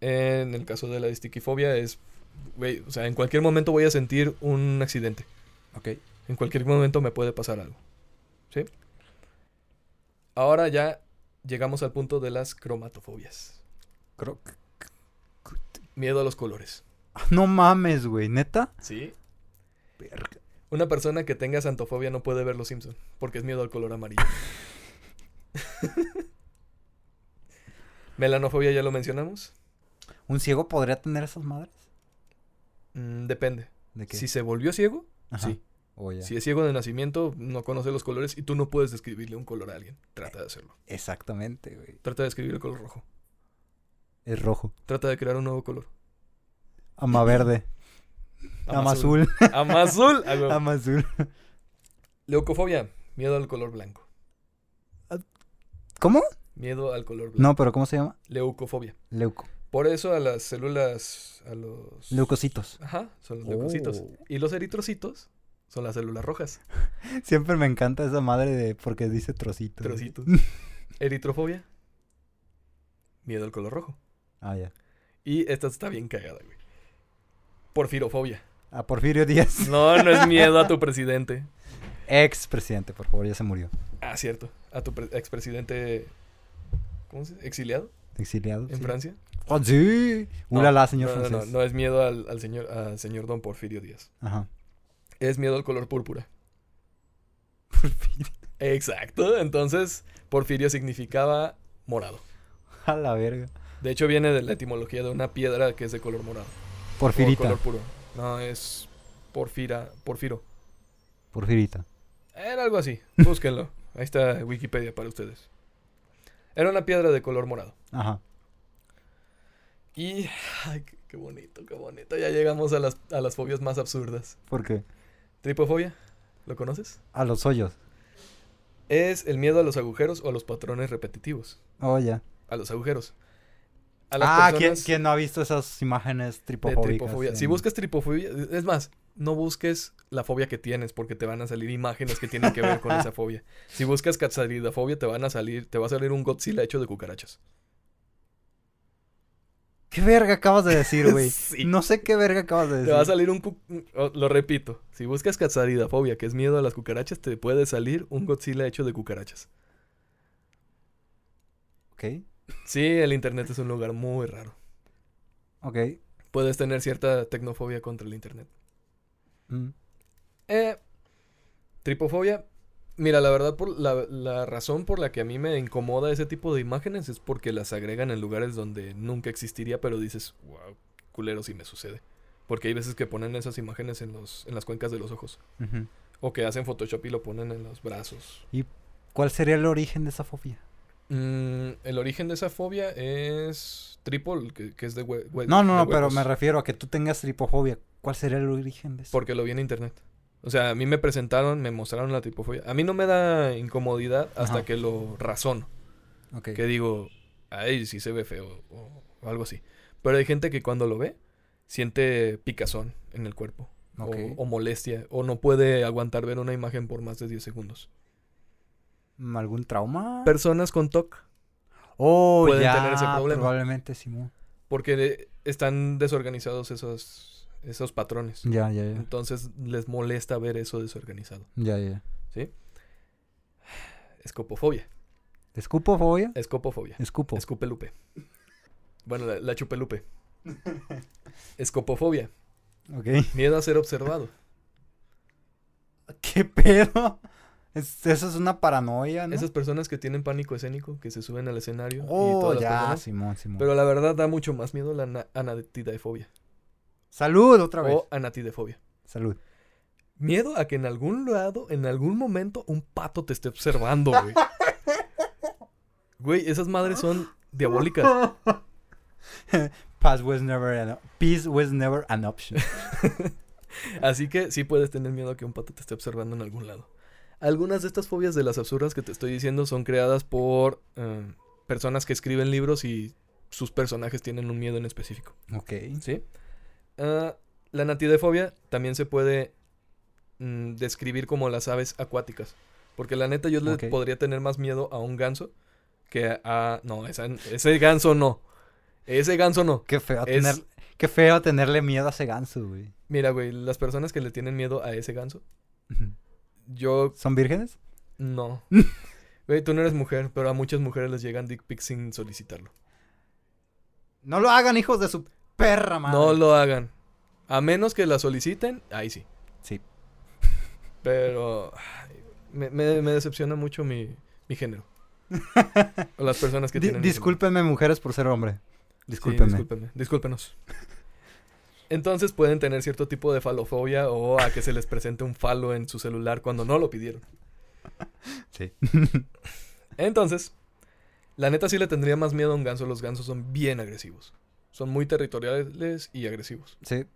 Speaker 1: En el caso de la distiquifobia es, güey, o sea, en cualquier momento voy a sentir un accidente.
Speaker 2: Ok.
Speaker 1: En cualquier momento me puede pasar algo. ¿Sí? Ahora ya llegamos al punto de las cromatofobias.
Speaker 2: Creo- ah,
Speaker 1: Miedo a los colores.
Speaker 2: No mames, güey. ¿Neta?
Speaker 1: ¿Sí?
Speaker 2: Verga.
Speaker 1: Una persona que tenga santofobia no puede ver Los Simpson porque es miedo al color amarillo. Melanofobia ya lo mencionamos.
Speaker 2: ¿Un ciego podría tener esas madres?
Speaker 1: Mm, depende.
Speaker 2: ¿De qué?
Speaker 1: Si se volvió ciego,
Speaker 2: Ajá.
Speaker 1: sí.
Speaker 2: O ya.
Speaker 1: Si es ciego de nacimiento, no conoce los colores y tú no puedes describirle un color a alguien. Trata de hacerlo.
Speaker 2: Exactamente, güey.
Speaker 1: Trata de describir el color rojo.
Speaker 2: Es rojo.
Speaker 1: Trata de crear un nuevo color.
Speaker 2: Ama verde. Ama azul.
Speaker 1: Ama azul. Ah, güey.
Speaker 2: Ama azul.
Speaker 1: Leucofobia, miedo al color blanco.
Speaker 2: Ah, ¿Cómo?
Speaker 1: Miedo al color blanco.
Speaker 2: No, pero ¿cómo se llama?
Speaker 1: Leucofobia.
Speaker 2: Leuco.
Speaker 1: Por eso a las células, a los...
Speaker 2: Leucocitos.
Speaker 1: Ajá, son los
Speaker 2: Oh.
Speaker 1: leucocitos. Y los eritrocitos son las células rojas.
Speaker 2: Siempre me encanta esa madre de porque dice trocito. güey.
Speaker 1: Trocitos. Eritrofobia, miedo al color rojo.
Speaker 2: Ah, ya.
Speaker 1: Y esta está bien cagada, güey. Porfirofobia.
Speaker 2: A Ah, Porfirio Díaz.
Speaker 1: No, no es miedo a tu presidente.
Speaker 2: Ex presidente, por favor, ya se murió.
Speaker 1: Ah, cierto. A tu pre- expresidente... ¿Cómo se dice? ¿Exiliado?
Speaker 2: Exiliado.
Speaker 1: ¿En
Speaker 2: sí.
Speaker 1: Francia?
Speaker 2: ¡Oh, sí!
Speaker 1: No,
Speaker 2: ¡Ulala, señor
Speaker 1: no, no,
Speaker 2: francés!
Speaker 1: No, no, es miedo al, al señor, al señor don Porfirio Díaz.
Speaker 2: Ajá.
Speaker 1: Es miedo al color púrpura.
Speaker 2: Porfirio.
Speaker 1: Exacto. Entonces, Porfirio significaba morado.
Speaker 2: A la verga.
Speaker 1: De hecho, viene de la etimología de una piedra que es de color morado.
Speaker 2: Porfirita.
Speaker 1: O color puro. No, es porfira, porfiro.
Speaker 2: Porfirita.
Speaker 1: Era algo así. Búsquenlo. Ahí está Wikipedia para ustedes. Era una piedra de color morado.
Speaker 2: Ajá.
Speaker 1: Y, ay, qué- qué bonito, qué bonito. Ya llegamos a las, a las fobias más absurdas.
Speaker 2: ¿Por qué?
Speaker 1: Tripofobia, ¿lo conoces?
Speaker 2: A los hoyos.
Speaker 1: Es el miedo a los agujeros o a los patrones repetitivos.
Speaker 2: Oh, ya.
Speaker 1: A los agujeros. A las
Speaker 2: Ah, ¿quién,
Speaker 1: personas
Speaker 2: quién no ha visto esas imágenes
Speaker 1: de
Speaker 2: tripofóbicas?
Speaker 1: tripofobia. Si
Speaker 2: en-
Speaker 1: buscas tripofobia, es más, no busques la fobia que tienes porque te van a salir imágenes que tienen que ver con esa fobia. Si buscas catsaridafobia, te van a salir, te va a salir un Godzilla hecho de cucarachas.
Speaker 2: ¿Qué verga acabas de decir, güey?
Speaker 1: Sí.
Speaker 2: No sé qué verga acabas de
Speaker 1: Te va a
Speaker 2: decir.
Speaker 1: salir un cu- oh, lo repito, si buscas catsaridafobia, que es miedo a las cucarachas, te puede salir un Godzilla hecho de cucarachas.
Speaker 2: Ok.
Speaker 1: Sí, el internet es un lugar muy raro.
Speaker 2: Ok.
Speaker 1: Puedes tener cierta tecnofobia contra el internet.
Speaker 2: Mm.
Speaker 1: Eh, tripofobia. Mira, la verdad, por la, la razón por la que a mí me incomoda ese tipo de imágenes es porque las agregan en lugares donde nunca existiría, pero dices, wow, culero si me sucede. Porque hay veces que ponen esas imágenes en, los, en las cuencas de los ojos.
Speaker 2: Ujú.
Speaker 1: O que hacen Photoshop y lo ponen en los brazos.
Speaker 2: ¿Cuál sería el origen de esa fobia?
Speaker 1: Mm, el origen de esa fobia es Tripol, que, que es de hue- hue-
Speaker 2: No, no,
Speaker 1: de
Speaker 2: no, pero
Speaker 1: huevos,
Speaker 2: me refiero a que tú tengas tripofobia. ¿Cuál sería el origen de eso?
Speaker 1: Porque lo vi en internet. O sea, a mí me presentaron, me mostraron la tripofobia. A mí no me da incomodidad hasta
Speaker 2: Ajá.
Speaker 1: que lo razono.
Speaker 2: Ok.
Speaker 1: que digo, ay, sí se ve feo o, o algo así. Pero hay gente que cuando lo ve siente picazón en el cuerpo o-
Speaker 2: Ok.
Speaker 1: o, molestia o no puede aguantar ver una imagen por más de 10 segundos.
Speaker 2: Mm, ¿Algún trauma?
Speaker 1: Personas con TOC
Speaker 2: oh,
Speaker 1: pueden
Speaker 2: ya,
Speaker 1: tener ese problema.
Speaker 2: probablemente, Simón.
Speaker 1: porque eh, están desorganizados esos, esos patrones.
Speaker 2: Ya, ya, ya.
Speaker 1: Entonces les molesta ver eso desorganizado.
Speaker 2: Ya, ya.
Speaker 1: Escopofobia.
Speaker 2: ¿Escupofobia?
Speaker 1: Escopofobia.
Speaker 2: Escupo.
Speaker 1: Escupe Lupe. Bueno, la, la chupelupe. Escopofobia.
Speaker 2: Ok.
Speaker 1: Miedo a ser observado.
Speaker 2: ¿Qué pedo? Es- eso es una paranoia, ¿no?
Speaker 1: Esas personas que tienen pánico escénico, que se suben al escenario y
Speaker 2: Oh,
Speaker 1: todas las
Speaker 2: ya,
Speaker 1: personas.
Speaker 2: Simón, Simón.
Speaker 1: Pero la verdad da mucho más miedo la ana- anatidaefobia.
Speaker 2: Salud, otra vez.
Speaker 1: O anatidefobia.
Speaker 2: Salud.
Speaker 1: Miedo a que en algún lado, en algún momento, un pato te esté observando, güey. Güey, esas madres son diabólicas.
Speaker 2: Paz was never an- Peace was never an option.
Speaker 1: Así que sí puedes tener miedo a que un pato te esté observando en algún lado. Algunas de estas fobias de las absurdas que te estoy diciendo son creadas por eh, personas que escriben libros y sus personajes tienen un miedo en específico.
Speaker 2: ok.
Speaker 1: ¿Sí? Ah, la natidefobia también se puede mm, describir como las aves acuáticas. Porque la neta yo le
Speaker 2: Ok.
Speaker 1: podría tener más miedo a un ganso que a... a- no, esa- ese ganso no. Ese ganso no.
Speaker 2: Qué feo,
Speaker 1: Es-
Speaker 2: tener, qué feo tenerle miedo a ese ganso, güey.
Speaker 1: Mira, güey, las personas que le tienen miedo a ese ganso, yo
Speaker 2: ¿Son vírgenes?
Speaker 1: no. Güey, tú no eres mujer, pero a muchas mujeres les llegan dick pics sin solicitarlo.
Speaker 2: No lo hagan, hijos de su perra madre.
Speaker 1: No lo hagan. A menos que la soliciten, ahí sí.
Speaker 2: Sí.
Speaker 1: Pero ay, me, me- me decepciona mucho mi, mi género. O las personas que
Speaker 2: Di-
Speaker 1: tienen. mi género.
Speaker 2: discúlpenme, mujeres, por ser hombre.
Speaker 1: Sí,
Speaker 2: Discúlpenme.
Speaker 1: discúlpenme, Discúlpenos. Entonces pueden tener cierto tipo de falofobia o a que se les presente un falo en su celular cuando no lo pidieron.
Speaker 2: Sí.
Speaker 1: Entonces, la neta sí le tendría más miedo a un ganso. Los gansos son bien agresivos. Son muy territoriales y agresivos.
Speaker 2: Sí.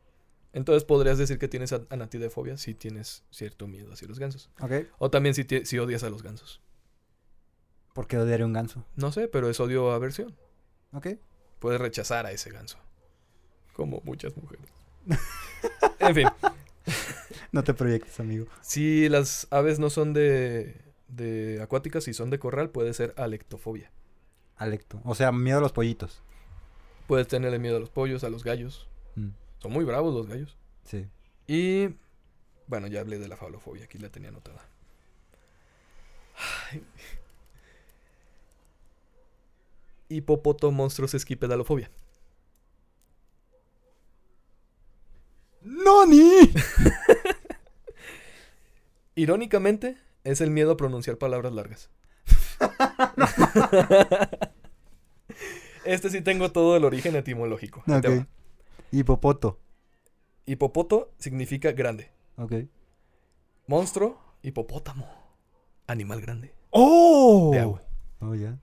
Speaker 1: Entonces podrías decir que tienes a- anatidefobia si tienes cierto miedo hacia los gansos.
Speaker 2: Ok.
Speaker 1: O también si, tie- si odias a los gansos.
Speaker 2: ¿Por qué odiaré un ganso?
Speaker 1: No sé, pero es odio o aversión.
Speaker 2: Ok.
Speaker 1: Puedes rechazar a ese ganso. Como muchas mujeres. en fin,
Speaker 2: No te proyectes, amigo.
Speaker 1: si las aves no son de, de acuáticas y son de corral, puede ser alectofobia.
Speaker 2: Alecto. O sea, miedo a los pollitos.
Speaker 1: Puedes tenerle miedo a los pollos, a los gallos.
Speaker 2: Mm,
Speaker 1: Son muy bravos los gallos.
Speaker 2: sí.
Speaker 1: Y bueno, ya hablé de la falofobia, aquí la tenía anotada. Ay. Hipopoto monstruos esquipedalofobia.
Speaker 2: ¡Noni!
Speaker 1: Irónicamente, es el miedo a pronunciar palabras largas. este sí tengo todo el origen etimológico. Ahí te
Speaker 2: Ok.
Speaker 1: va.
Speaker 2: Hipopoto.
Speaker 1: Hipopoto significa grande.
Speaker 2: Ok.
Speaker 1: Monstruo, hipopótamo. Animal grande.
Speaker 2: ¡Oh!
Speaker 1: De agua.
Speaker 2: Oh, ya.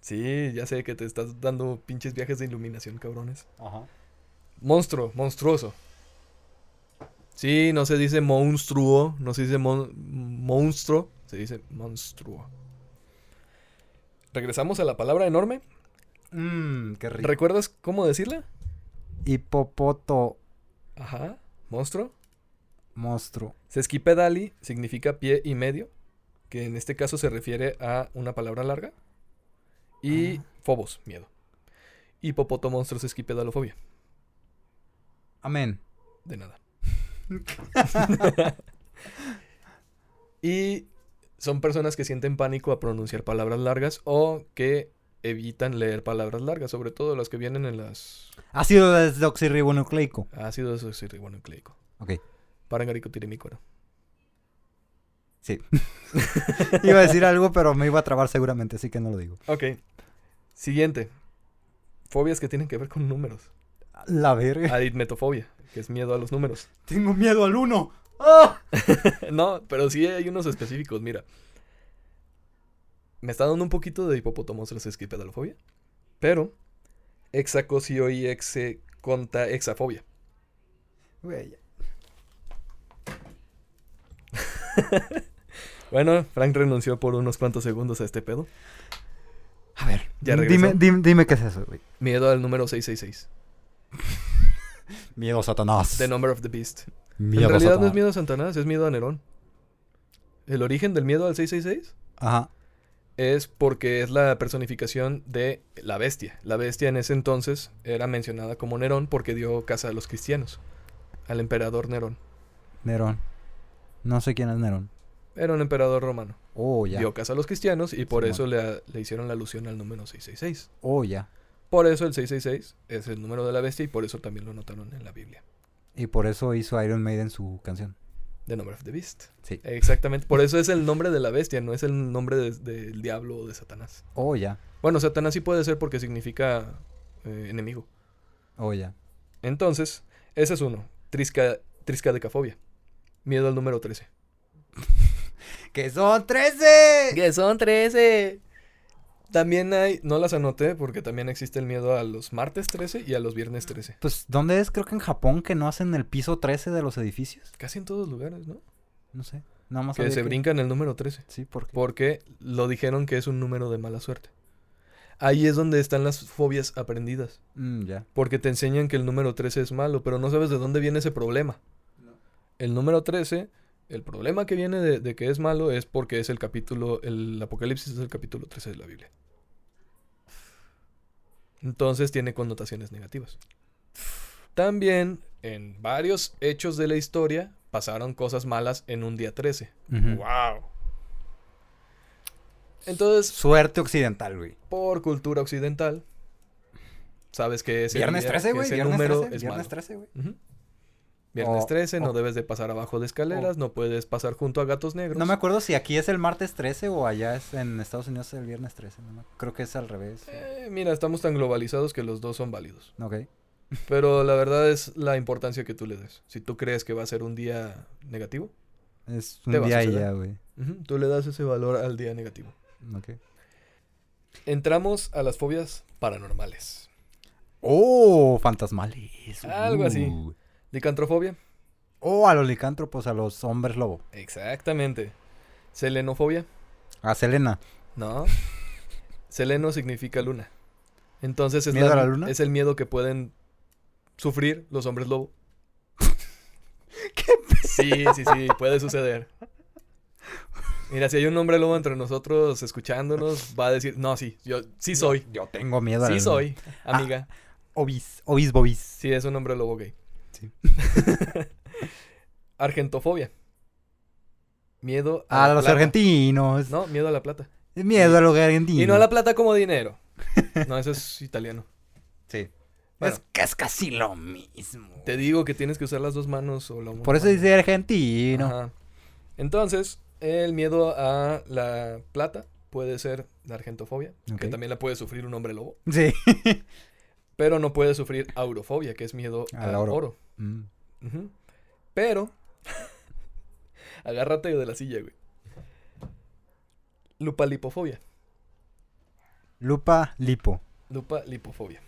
Speaker 1: Sí, ya sé que te estás dando pinches viajes de iluminación, cabrones.
Speaker 2: Ajá.
Speaker 1: Monstruo, monstruoso. Sí, no se dice monstruo, no se dice mon- monstruo, se dice monstruo. Regresamos a la palabra enorme.
Speaker 2: Mmm, qué rico.
Speaker 1: ¿Recuerdas cómo decirla?
Speaker 2: Hipopoto
Speaker 1: Ajá. Monstruo.
Speaker 2: monstruo.
Speaker 1: Sesquipedali significa pie y medio, que en este caso se refiere a una palabra larga. Y
Speaker 2: Ajá.
Speaker 1: fobos, miedo. Hipopoto monstruo sesquipedalofobia.
Speaker 2: Amén.
Speaker 1: De nada. y son personas que sienten pánico a pronunciar palabras largas o que evitan leer palabras largas, sobre todo las que vienen en las
Speaker 2: Ácido desoxirribonucleico.
Speaker 1: ácidos oxirribonucleico.
Speaker 2: Ok.
Speaker 1: Parangaricotirimícuaro.
Speaker 2: Sí. iba a decir algo, pero me iba a trabar seguramente, así que no lo digo.
Speaker 1: Ok. Siguiente. Fobias que tienen que ver con números.
Speaker 2: La verga.
Speaker 1: Aditmetofobia, que es miedo a los números.
Speaker 2: Ah. Tengo miedo al uno. ¡Ah!
Speaker 1: no, pero sí hay unos específicos, mira. Me está dando un poquito de hipopotomostras esquipedalofobia, pero hexacosio y hexe conta hexafobia.
Speaker 2: Güey.
Speaker 1: Bueno, Frank renunció por unos cuantos segundos a este pedo.
Speaker 2: A ver,
Speaker 1: ¿Ya regresó?
Speaker 2: dime, dime, dime qué es eso, güey.
Speaker 1: Miedo al número 666.
Speaker 2: Miedo a Satanás.
Speaker 1: The Number of the Beast.
Speaker 2: Miedo
Speaker 1: en
Speaker 2: a
Speaker 1: realidad no
Speaker 2: Satanás.
Speaker 1: es miedo a Satanás, es miedo a Nerón. El origen del miedo al 666
Speaker 2: Ajá.
Speaker 1: es porque es la personificación de la bestia. La bestia en ese entonces era mencionada como Nerón porque dio casa a los cristianos, al emperador Nerón.
Speaker 2: Nerón. No sé quién es Nerón.
Speaker 1: Era un emperador romano.
Speaker 2: Oh, ya.
Speaker 1: Dio casa a los cristianos y por
Speaker 2: Simón.
Speaker 1: eso le, le hicieron la alusión al número 666.
Speaker 2: Oh, ya.
Speaker 1: Por eso el 666 es el número de la bestia y por eso también lo notaron en la Biblia.
Speaker 2: Y por eso hizo Iron Maiden su canción.
Speaker 1: The Number of the Beast.
Speaker 2: Sí.
Speaker 1: Exactamente. Por eso es el nombre de la bestia, no es el nombre de- del diablo o de Satanás.
Speaker 2: Oh, ya.
Speaker 1: Bueno, Satanás sí puede ser porque significa eh, enemigo.
Speaker 2: Oh, ya.
Speaker 1: Entonces, ese es uno. Trisca, triscadecafobia. Miedo al número 13.
Speaker 2: ¡Que son 13!
Speaker 1: Que son 13. También hay, no las anoté porque también existe el miedo a los martes 13 y a los viernes 13.
Speaker 2: Pues, ¿dónde es? Creo que en Japón que no hacen el piso 13 de los edificios.
Speaker 1: Casi en todos lugares, ¿no?
Speaker 2: No sé. Nada más
Speaker 1: Que
Speaker 2: sabía
Speaker 1: se brincan el número 13.
Speaker 2: Sí, porque.
Speaker 1: Porque lo dijeron que es un número de mala suerte. Ahí es donde están las fobias aprendidas.
Speaker 2: Mm, ya.
Speaker 1: Porque te enseñan que el número 13 es malo, pero no sabes de dónde viene ese problema. El número 13, el problema que viene de, de que es malo es porque es el capítulo, el Apocalipsis es el capítulo 13 de la Biblia. Entonces tiene connotaciones negativas. También en varios hechos de la historia pasaron cosas malas en un día 13.
Speaker 2: Ujú.
Speaker 1: ¡Wow! Entonces,
Speaker 2: Suerte occidental, güey.
Speaker 1: por cultura occidental, sabes que ese
Speaker 2: Viernes
Speaker 1: día-
Speaker 2: 13,
Speaker 1: que
Speaker 2: güey.
Speaker 1: ese
Speaker 2: Viernes
Speaker 1: número
Speaker 2: 13.
Speaker 1: es
Speaker 2: Viernes Oh,
Speaker 1: malo.
Speaker 2: 13, güey.
Speaker 1: Ujú. Viernes
Speaker 2: O-
Speaker 1: 13, no
Speaker 2: o-
Speaker 1: debes de pasar abajo de escaleras, no puedes pasar junto a gatos negros.
Speaker 2: Oh. No me acuerdo si aquí es el martes 13 o allá es en Estados Unidos el viernes 13. no me- Creo que es al revés.
Speaker 1: Eh, mira, estamos tan globalizados que los dos son válidos.
Speaker 2: Ok.
Speaker 1: Pero la verdad es la importancia que tú le des. Si tú crees que va a ser un día negativo,
Speaker 2: Es
Speaker 1: Te
Speaker 2: un
Speaker 1: va a
Speaker 2: día y
Speaker 1: suceder.
Speaker 2: ya, güey.
Speaker 1: ujú, tú le das ese valor al día negativo.
Speaker 2: Ok.
Speaker 1: Entramos a las fobias paranormales.
Speaker 2: Oh, fantasmales.
Speaker 1: Algo así.
Speaker 2: Uh.
Speaker 1: Licantrofobia,
Speaker 2: Oh, a los licántropos, a los hombres lobo.
Speaker 1: exactamente. Selenofobia,
Speaker 2: A Selena.
Speaker 1: No. Seleno significa luna. Entonces es,
Speaker 2: ¿Miedo
Speaker 1: la-
Speaker 2: a la luna?
Speaker 1: es el miedo que pueden sufrir los hombres lobo. Sí, sí, sí, puede suceder. Mira, si hay un hombre lobo entre nosotros escuchándonos, va a decir, no, sí, yo sí soy.
Speaker 2: Yo tengo miedo a la
Speaker 1: Sí
Speaker 2: luna. Ah.
Speaker 1: soy, amiga.
Speaker 2: Obis, obis, bobis.
Speaker 1: Sí, es un hombre lobo gay.
Speaker 2: Sí.
Speaker 1: Argentofobia. Miedo
Speaker 2: A
Speaker 1: la
Speaker 2: Ah, los
Speaker 1: plata.
Speaker 2: argentinos.
Speaker 1: No, miedo a la plata.
Speaker 2: Miedo a los argentinos.
Speaker 1: Y no a la plata como dinero. No, eso es italiano.
Speaker 2: Sí.
Speaker 1: Bueno.
Speaker 2: Es que es casi lo mismo.
Speaker 1: Te digo que tienes que usar las dos manos o la una
Speaker 2: Por eso
Speaker 1: mano.
Speaker 2: dice argentino.
Speaker 1: Ajá. Entonces, el miedo a la plata puede ser la argentofobia, que
Speaker 2: Ok.
Speaker 1: también la puede sufrir un hombre lobo,
Speaker 2: Sí.
Speaker 1: pero no puede sufrir aurofobia, que es miedo
Speaker 2: Al
Speaker 1: al oro.
Speaker 2: oro. Mm.
Speaker 1: Ujú. Pero, agárrate de la silla, güey. Lupalipofobia.
Speaker 2: Lupa lipo.
Speaker 1: Lupalipofobia.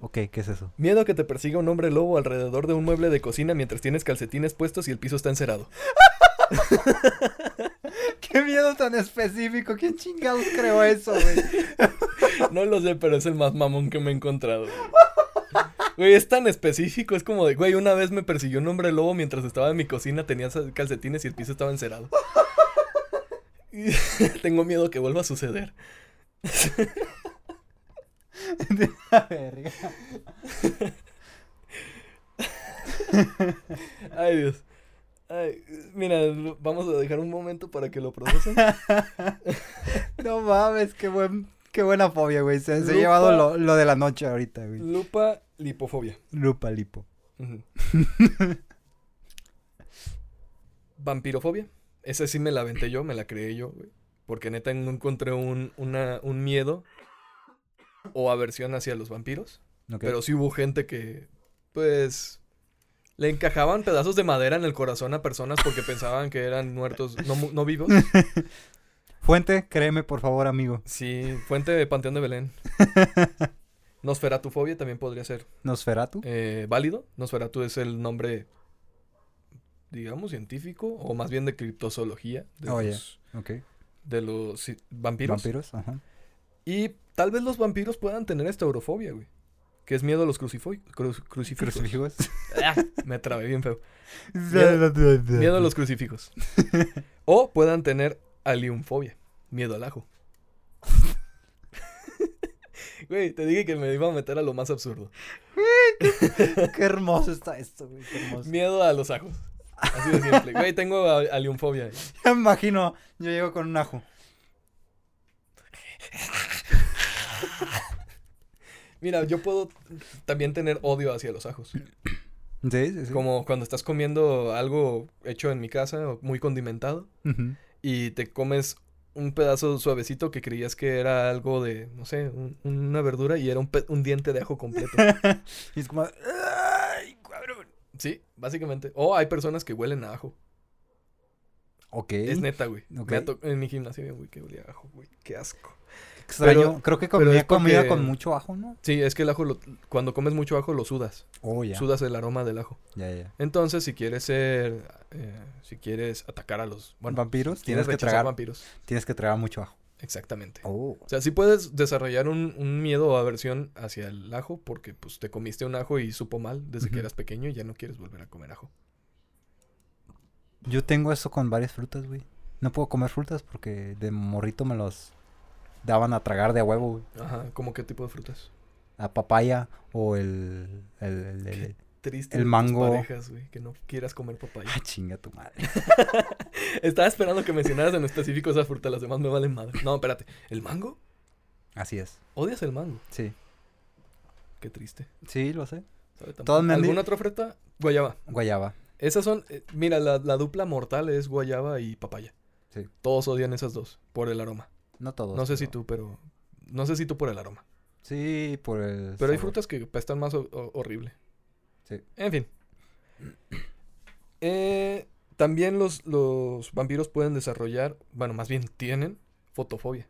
Speaker 2: Ok, ¿qué es eso?
Speaker 1: Miedo a que te persiga un hombre lobo alrededor de un mueble de cocina mientras tienes calcetines puestos y el piso está encerado.
Speaker 2: Qué miedo tan específico. ¿Quién chingados creó eso, güey?
Speaker 1: No lo sé, pero es el más mamón que me he encontrado. Güey, Güey, es tan específico, es como de, güey, una vez me persiguió un hombre lobo mientras estaba en mi cocina, tenía sal- calcetines y el piso estaba encerado. Y Tengo miedo que vuelva a suceder.
Speaker 2: Verga.
Speaker 1: Ay, Dios. Ay, mira, lo- vamos a dejar un momento para que lo procesen.
Speaker 2: No mames, qué buen, qué buena fobia, güey. Se, se ha
Speaker 1: Lupa-
Speaker 2: llevado lo, lo de la noche ahorita, güey.
Speaker 1: Lupa lipofobia.
Speaker 2: Lupa lipo.
Speaker 1: Ujú. Vampirofobia. Esa sí me la aventé yo, me la creé yo, güey. Porque neta no encontré un, una- un miedo o aversión hacia los vampiros.
Speaker 2: Ok.
Speaker 1: Pero sí hubo gente que, pues, le encajaban pedazos de madera en el corazón a personas porque pensaban que eran muertos, no, mu- no vivos.
Speaker 2: Fuente, créeme, por favor, amigo.
Speaker 1: Sí, fuente de Panteón de Belén. Nosferatufobia también podría ser
Speaker 2: Nosferatu.
Speaker 1: eh, válido. Nosferatu es el nombre, digamos, científico, o más bien de criptozoología de
Speaker 2: Oh, ya.
Speaker 1: los,
Speaker 2: Ok.
Speaker 1: de los ci- vampiros.
Speaker 2: Vampiros, ajá.
Speaker 1: Y tal vez los vampiros puedan tener esta eurofobia, güey. Que es miedo a los crucifo- cru- crucifijos.
Speaker 2: Crucifijos.
Speaker 1: Ah, me trabé bien feo. Miedo a los crucifijos. o puedan tener aliumfobia, miedo al ajo. Güey, te dije que me iba a meter a lo más absurdo.
Speaker 2: Qué hermoso está esto, güey. Qué hermoso.
Speaker 1: Miedo a los ajos. Así de simple. Güey, tengo a- aliumfobia.
Speaker 2: Me imagino, yo llego con un ajo.
Speaker 1: Mira, yo puedo también tener odio hacia los ajos.
Speaker 2: Sí, sí, sí.
Speaker 1: Como cuando estás comiendo algo hecho en mi casa, o muy condimentado,
Speaker 2: Ujú.
Speaker 1: y te comes un pedazo suavecito que creías que era algo de, no sé, un- una verdura y era un, pe- un diente de ajo completo.
Speaker 2: Y es como. ¡Ay, cabrón!
Speaker 1: sí, básicamente. O hay personas que huelen a ajo.
Speaker 2: Ok.
Speaker 1: Es neta, güey. Me
Speaker 2: Ok.
Speaker 1: ha to- En mi gimnasio, güey, que olía a ajo, güey. Qué asco.
Speaker 2: Extraño.
Speaker 1: pero-
Speaker 2: Creo que
Speaker 1: pero
Speaker 2: comía
Speaker 1: es porque-
Speaker 2: comida con mucho ajo, ¿no?
Speaker 1: Sí, es que el ajo, lo- cuando comes mucho ajo, lo sudas.
Speaker 2: Oh, ya.
Speaker 1: Sudas el aroma del ajo.
Speaker 2: Ya, ya.
Speaker 1: Entonces, si quieres ser, eh, si quieres atacar a los, bueno,
Speaker 2: vampiros,
Speaker 1: si
Speaker 2: tienes
Speaker 1: quieres
Speaker 2: que
Speaker 1: rechazar
Speaker 2: tragar.
Speaker 1: vampiros.
Speaker 2: Tienes que tragar mucho ajo.
Speaker 1: Exactamente.
Speaker 2: Oh.
Speaker 1: O sea, sí puedes desarrollar un, un miedo o aversión hacia el ajo porque pues te comiste un ajo y supo mal desde que
Speaker 2: Ujú.
Speaker 1: eras pequeño y ya no quieres volver a comer ajo.
Speaker 2: Yo tengo eso con varias frutas, güey. No puedo comer frutas porque de morrito me los daban a tragar de a huevo, güey.
Speaker 1: Ajá, ¿cómo qué tipo de frutas?
Speaker 2: A papaya o el. el, el, el- el-
Speaker 1: Triste
Speaker 2: El
Speaker 1: de tus
Speaker 2: mango.
Speaker 1: parejas, güey, que no quieras comer papaya.
Speaker 2: Ah, chinga tu madre.
Speaker 1: Estaba esperando que mencionaras en específico esa fruta, las demás me valen madre. No, espérate, ¿el mango?
Speaker 2: Así es.
Speaker 1: ¿Odias el mango?
Speaker 2: Sí.
Speaker 1: Qué triste.
Speaker 2: Sí, lo sé.
Speaker 1: Sabe tan
Speaker 2: Todos
Speaker 1: mal.
Speaker 2: me han di-
Speaker 1: ¿Alguna otra fruta? Guayaba.
Speaker 2: Guayaba.
Speaker 1: Esas son, eh, mira, la, la dupla mortal es guayaba y papaya.
Speaker 2: Sí.
Speaker 1: Todos odian esas dos por el aroma.
Speaker 2: No todos.
Speaker 1: No sé
Speaker 2: pero-
Speaker 1: si tú, pero no sé si tú por el aroma.
Speaker 2: Sí, pues, por el.
Speaker 1: Pero hay
Speaker 2: sabor.
Speaker 1: frutas que pestan más ho- ho- horrible.
Speaker 2: Sí.
Speaker 1: En fin. Eh, también los, los vampiros pueden desarrollar, bueno, más bien tienen fotofobia.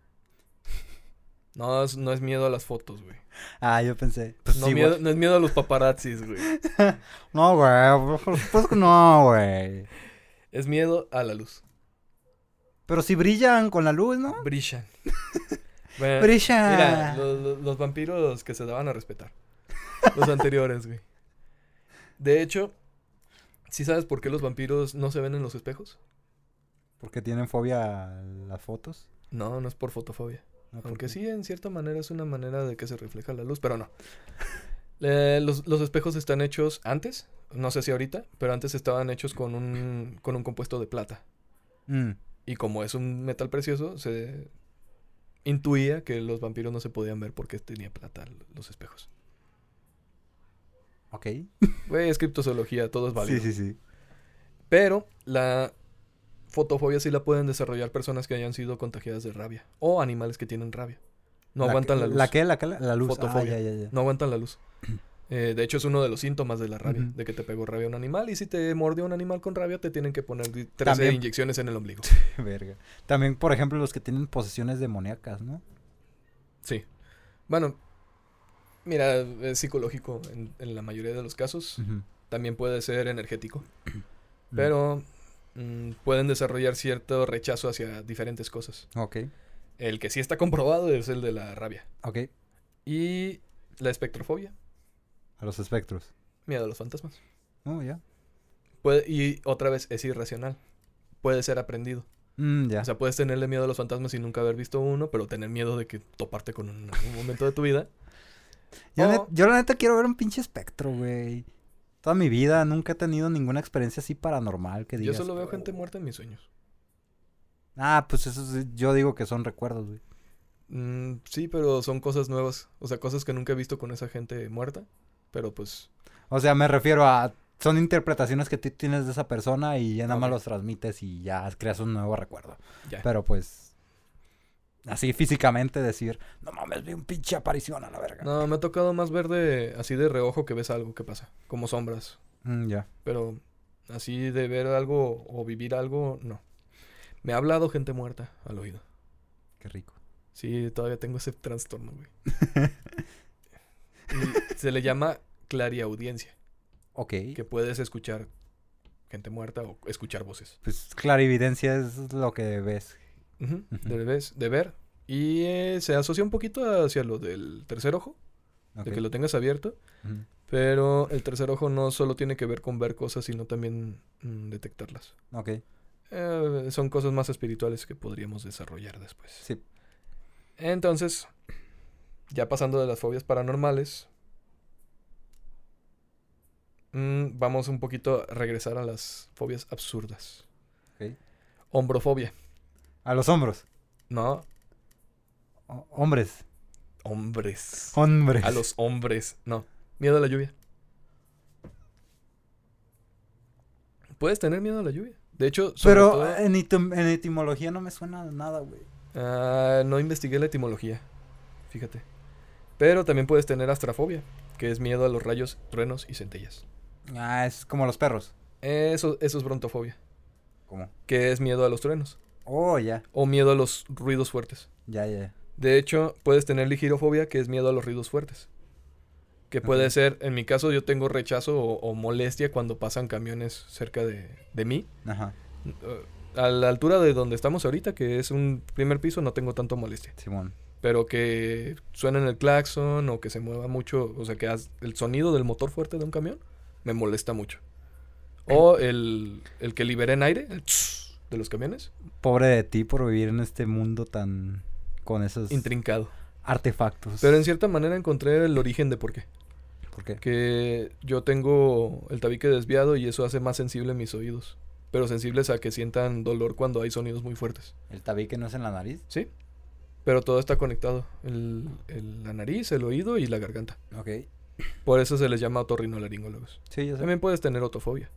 Speaker 1: No es, no es miedo a las fotos, güey.
Speaker 2: Ah, yo pensé. Pues
Speaker 1: no,
Speaker 2: sí,
Speaker 1: miedo-
Speaker 2: güey.
Speaker 1: no es miedo a los paparazzis, güey.
Speaker 2: No, güey. por supuesto que no, güey.
Speaker 1: Es miedo a la luz.
Speaker 2: Pero si brillan con la luz, ¿no?
Speaker 1: Brillan. Bueno,
Speaker 2: Brillan.
Speaker 1: Eh, Mira, lo- lo- los vampiros que se daban a respetar. Los anteriores, güey. De hecho, ¿sí sabes por qué los vampiros no se ven en los espejos?
Speaker 2: Porque tienen fobia a las fotos.
Speaker 1: No, no es por fotofobia.
Speaker 2: No, porque
Speaker 1: Aunque sí, en cierta manera es una manera de que se refleja la luz, pero no. Eh, los, los espejos están hechos antes, no sé si ahorita, pero antes estaban hechos con un, con un compuesto de plata.
Speaker 2: Mm,
Speaker 1: Y como es un metal precioso, se intuía que los vampiros no se podían ver porque tenía plata l- los espejos.
Speaker 2: ok.
Speaker 1: Güey, es criptozoología, todo es válido.
Speaker 2: Sí, sí, sí.
Speaker 1: Pero la fotofobia sí la pueden desarrollar personas que hayan sido contagiadas de rabia o animales que tienen rabia. No
Speaker 2: que-
Speaker 1: aguantan la luz.
Speaker 2: ¿La qué? ¿La qué? La, la luz. Ah,
Speaker 1: Fotofobia.
Speaker 2: ya, ya, ya.
Speaker 1: No aguantan la luz. Eh, de hecho, es uno de los síntomas de la rabia,
Speaker 2: Ujú.
Speaker 1: de que te pegó rabia un animal. Y si te mordió un animal con rabia, te tienen que poner di- 13
Speaker 2: También.
Speaker 1: inyecciones en el ombligo.
Speaker 2: Verga. También, por ejemplo, los que tienen posesiones demoníacas, ¿no?
Speaker 1: Sí. Bueno, mira, es psicológico en, en la mayoría de los casos.
Speaker 2: Ujú. Mm,
Speaker 1: También puede ser energético. Pero mm, pueden desarrollar cierto rechazo hacia diferentes cosas.
Speaker 2: Ok,
Speaker 1: El que sí está comprobado es el de la rabia.
Speaker 2: ok.
Speaker 1: Y la espectrofobia,
Speaker 2: A los espectros.
Speaker 1: miedo a los fantasmas.
Speaker 2: Oh, ya.
Speaker 1: Puede- y otra vez es irracional. Puede ser aprendido.
Speaker 2: Mm, ya.
Speaker 1: O sea, puedes tenerle miedo a los fantasmas sin nunca haber visto uno, pero tener miedo de que toparte con uno en algún momento de tu vida.
Speaker 2: yo,
Speaker 1: o-
Speaker 2: net- yo la neta quiero ver un pinche espectro, güey. Toda mi vida nunca he tenido ninguna experiencia así paranormal que
Speaker 1: Yo
Speaker 2: digas.
Speaker 1: solo veo gente
Speaker 2: "Oh".
Speaker 1: muerta en mis sueños.
Speaker 2: Ah, pues eso sí, yo digo que son recuerdos, güey.
Speaker 1: Mm, sí, pero son cosas nuevas. O sea, cosas que nunca he visto con esa gente muerta. Pero pues,
Speaker 2: O sea, me refiero a... Son interpretaciones que tú tienes de esa persona y ya nada más
Speaker 1: Ok.
Speaker 2: los transmites y ya creas un nuevo recuerdo.
Speaker 1: ya.
Speaker 2: Pero pues... Así físicamente decir, no mames, vi un pinche aparición a la verga.
Speaker 1: No, me ha tocado más ver de así de reojo que ves algo que pasa. Como sombras.
Speaker 2: Mm, ya.
Speaker 1: Pero así de ver algo o vivir algo, no. Me ha hablado gente muerta al oído.
Speaker 2: Qué rico.
Speaker 1: Sí, todavía tengo ese trastorno, güey. Y se le llama clariaudiencia,
Speaker 2: Ok.
Speaker 1: que puedes escuchar gente muerta o escuchar voces.
Speaker 2: Pues clarividencia es lo que ves.
Speaker 1: Ujú,
Speaker 2: Ujú.
Speaker 1: de, ves- de ver. Y eh, se asocia un poquito hacia lo del tercer ojo,
Speaker 2: Ok.
Speaker 1: de que lo tengas abierto.
Speaker 2: Ujú.
Speaker 1: Pero el tercer ojo no solo tiene que ver con ver cosas, sino también mm, detectarlas.
Speaker 2: Ok,
Speaker 1: Eh, son cosas más espirituales que podríamos desarrollar después.
Speaker 2: sí.
Speaker 1: Entonces, ya pasando de las fobias paranormales, mm, vamos un poquito a regresar a las fobias absurdas.
Speaker 2: Ok.
Speaker 1: Hombrofobia,
Speaker 2: A los hombros.
Speaker 1: ¿no?
Speaker 2: O- hombres.
Speaker 1: Hombres.
Speaker 2: Hombres.
Speaker 1: A los hombres. No. Miedo a la lluvia. Puedes tener miedo a la lluvia. De hecho, sobre
Speaker 2: Pero eh,
Speaker 1: todo-
Speaker 2: en, etim- en etimología no me suena de nada, güey.
Speaker 1: Ah, no investigué la etimología. Fíjate. Pero también puedes tener astrafobia, que es miedo a los rayos, truenos y centellas.
Speaker 2: Ah, es como los perros.
Speaker 1: Eso, eso es brontofobia,
Speaker 2: ¿Cómo?
Speaker 1: que es miedo a los truenos.
Speaker 2: Oh, ya.
Speaker 1: O miedo a los ruidos fuertes.
Speaker 2: Ya, ya.
Speaker 1: De hecho, puedes tener ligirofobia, que es miedo a los ruidos fuertes. Que puede
Speaker 2: Ujú.
Speaker 1: ser, en mi caso, yo tengo rechazo o, o molestia cuando pasan camiones cerca de, de mí.
Speaker 2: Ajá.
Speaker 1: Eh, a la altura de donde estamos ahorita, que es un primer piso, no tengo tanto molestia.
Speaker 2: Simón.
Speaker 1: Pero que suenen el claxon o que se mueva mucho, o sea, que haz- el sonido del motor fuerte de un camión me molesta mucho. O el, el que liberen aire, el tss de los camiones,
Speaker 2: Pobre de ti por vivir en este mundo tan. con esos
Speaker 1: intrincado.
Speaker 2: artefactos.
Speaker 1: Pero en cierta manera encontré el origen de por qué.
Speaker 2: ¿Por qué?
Speaker 1: Que yo tengo el tabique desviado y eso hace más sensible mis oídos. Pero sensibles a que sientan dolor cuando hay sonidos muy fuertes.
Speaker 2: ¿El tabique no es en la nariz?
Speaker 1: ¿Sí? Pero todo está conectado. El- el- la nariz, el oído y la garganta.
Speaker 2: Ok.
Speaker 1: Por eso se les llama otorrinolaringólogos.
Speaker 2: Sí, yo sé.
Speaker 1: También puedes tener otofobia.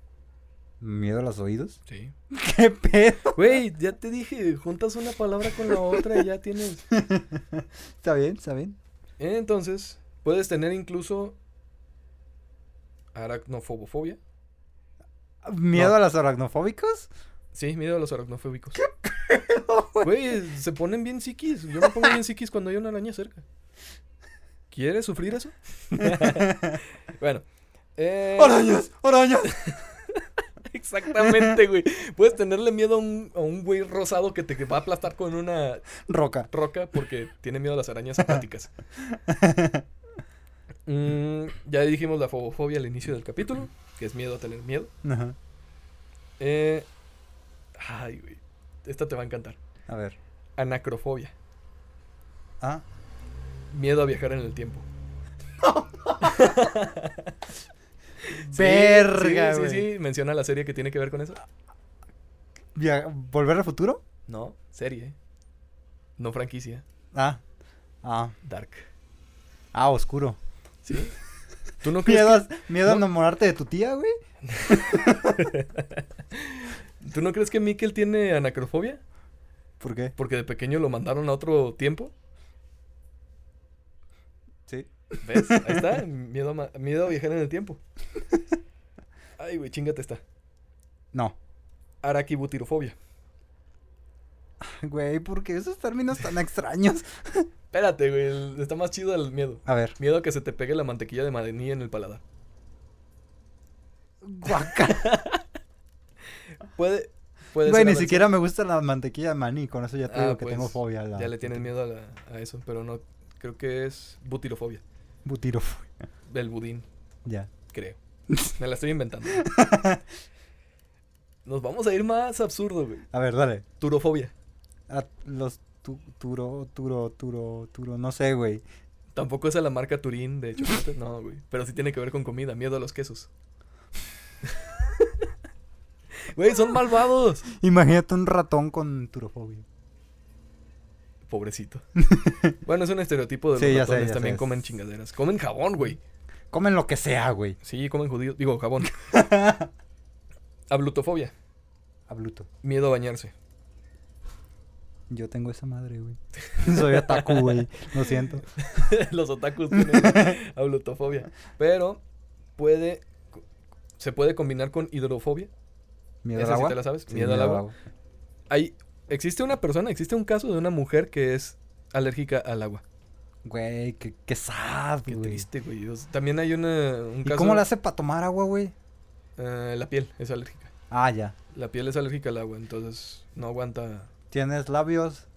Speaker 2: ¿Miedo a los oídos?
Speaker 1: Sí.
Speaker 2: ¿Qué pedo?
Speaker 1: Güey, ya te dije, juntas una palabra con la otra y ya tienes. Eh,
Speaker 2: Está bien, está bien.
Speaker 1: Entonces, puedes tener incluso aracnofobofobia.
Speaker 2: ¿Miedo
Speaker 1: No.
Speaker 2: a los aracnofóbicos?
Speaker 1: Sí, miedo a los aracnofóbicos. Güey, se ponen bien psiquis. Yo me pongo bien psiquis cuando hay una araña cerca. ¿Quieres sufrir eso? bueno. eh,
Speaker 2: ¡Arañas! ¡Arañas!
Speaker 1: Exactamente, güey. Puedes tenerle miedo a un, a un güey rosado que te va a aplastar con una
Speaker 2: Roca.
Speaker 1: roca porque tiene miedo a las arañas acuáticas. Mm, ya dijimos la fobofobia al inicio del capítulo, que es miedo a tener miedo.
Speaker 2: Ajá.
Speaker 1: Eh, ay, güey. Esta te va a encantar.
Speaker 2: A ver.
Speaker 1: Anacrofobia.
Speaker 2: Ah.
Speaker 1: Miedo a viajar en el tiempo. Sí,
Speaker 2: Verga,
Speaker 1: sí,
Speaker 2: güey.
Speaker 1: sí, sí, menciona la serie que tiene que ver con eso.
Speaker 2: Via- ¿Volver al futuro?
Speaker 1: No, serie. No franquicia.
Speaker 2: Ah. Ah.
Speaker 1: Dark.
Speaker 2: Ah, oscuro.
Speaker 1: ¿Sí? ¿Tú no crees
Speaker 2: ¿Miedo, a, miedo a
Speaker 1: no-
Speaker 2: enamorarte de tu tía, güey?
Speaker 1: ¿Tú no crees que Mikkel tiene anacrofobia?
Speaker 2: ¿Por qué?
Speaker 1: Porque de pequeño lo mandaron a otro tiempo.
Speaker 2: Sí.
Speaker 1: ¿Ves? Ahí está. Miedo a, ma- miedo a viajar en el tiempo. Ay, güey, chingate está.
Speaker 2: No.
Speaker 1: Araquibutirofobia.
Speaker 2: Güey, ¿por qué esos términos tan extraños?
Speaker 1: Espérate, güey. el- Está más chido el miedo.
Speaker 2: A ver.
Speaker 1: Miedo a que se te pegue la mantequilla de maní en el paladar.
Speaker 2: Guaca.
Speaker 1: Puede. puede
Speaker 2: Güey,
Speaker 1: ser
Speaker 2: ni
Speaker 1: avance-
Speaker 2: siquiera me gusta la mantequilla de maní. Con eso ya te
Speaker 1: Ah,
Speaker 2: digo que
Speaker 1: pues,
Speaker 2: tengo fobia. a la-
Speaker 1: Ya le tienes miedo a, la- a eso, pero no. Creo que es butirofobia.
Speaker 2: Butirof-
Speaker 1: Del budín,
Speaker 2: Ya.
Speaker 1: creo. Me la estoy inventando. Nos vamos a ir más absurdo, güey.
Speaker 2: A ver, dale.
Speaker 1: Turofobia.
Speaker 2: A los tu- turo, turo, turo, turo. No sé, güey.
Speaker 1: Tampoco es a la marca Turín de chocolates, no, güey. Pero sí tiene que ver con comida, miedo a los quesos. Güey, son malvados.
Speaker 2: Imagínate un ratón con turofobia.
Speaker 1: Pobrecito. Bueno, es un estereotipo de los
Speaker 2: Sí, ya sé,
Speaker 1: ratones.
Speaker 2: ya
Speaker 1: También
Speaker 2: sé.
Speaker 1: comen chingaderas. Comen jabón, güey.
Speaker 2: Comen lo que sea, güey.
Speaker 1: Sí, comen judíos. Digo, jabón. Ablutofobia.
Speaker 2: A Bluto.
Speaker 1: Miedo a bañarse.
Speaker 2: Yo tengo esa madre, güey. Soy otaku, güey. Lo siento.
Speaker 1: los otakus tienen ablutofobia. Pero puede. Se puede combinar con hidrofobia.
Speaker 2: ¿Miedo
Speaker 1: Esa
Speaker 2: al
Speaker 1: sí
Speaker 2: agua?
Speaker 1: te la sabes.
Speaker 2: Sí,
Speaker 1: Miedo al agua. Hay, existe una persona, existe un caso de una mujer que es alérgica al agua.
Speaker 2: Güey, qué, qué sad,
Speaker 1: Qué
Speaker 2: güey.
Speaker 1: triste, güey. O sea, También hay una, un
Speaker 2: ¿Y
Speaker 1: caso.
Speaker 2: cómo la hace para tomar agua, güey?
Speaker 1: eh, la piel es alérgica.
Speaker 2: Ah, ya.
Speaker 1: La piel es alérgica al agua, entonces no aguanta.
Speaker 2: Tienes labios,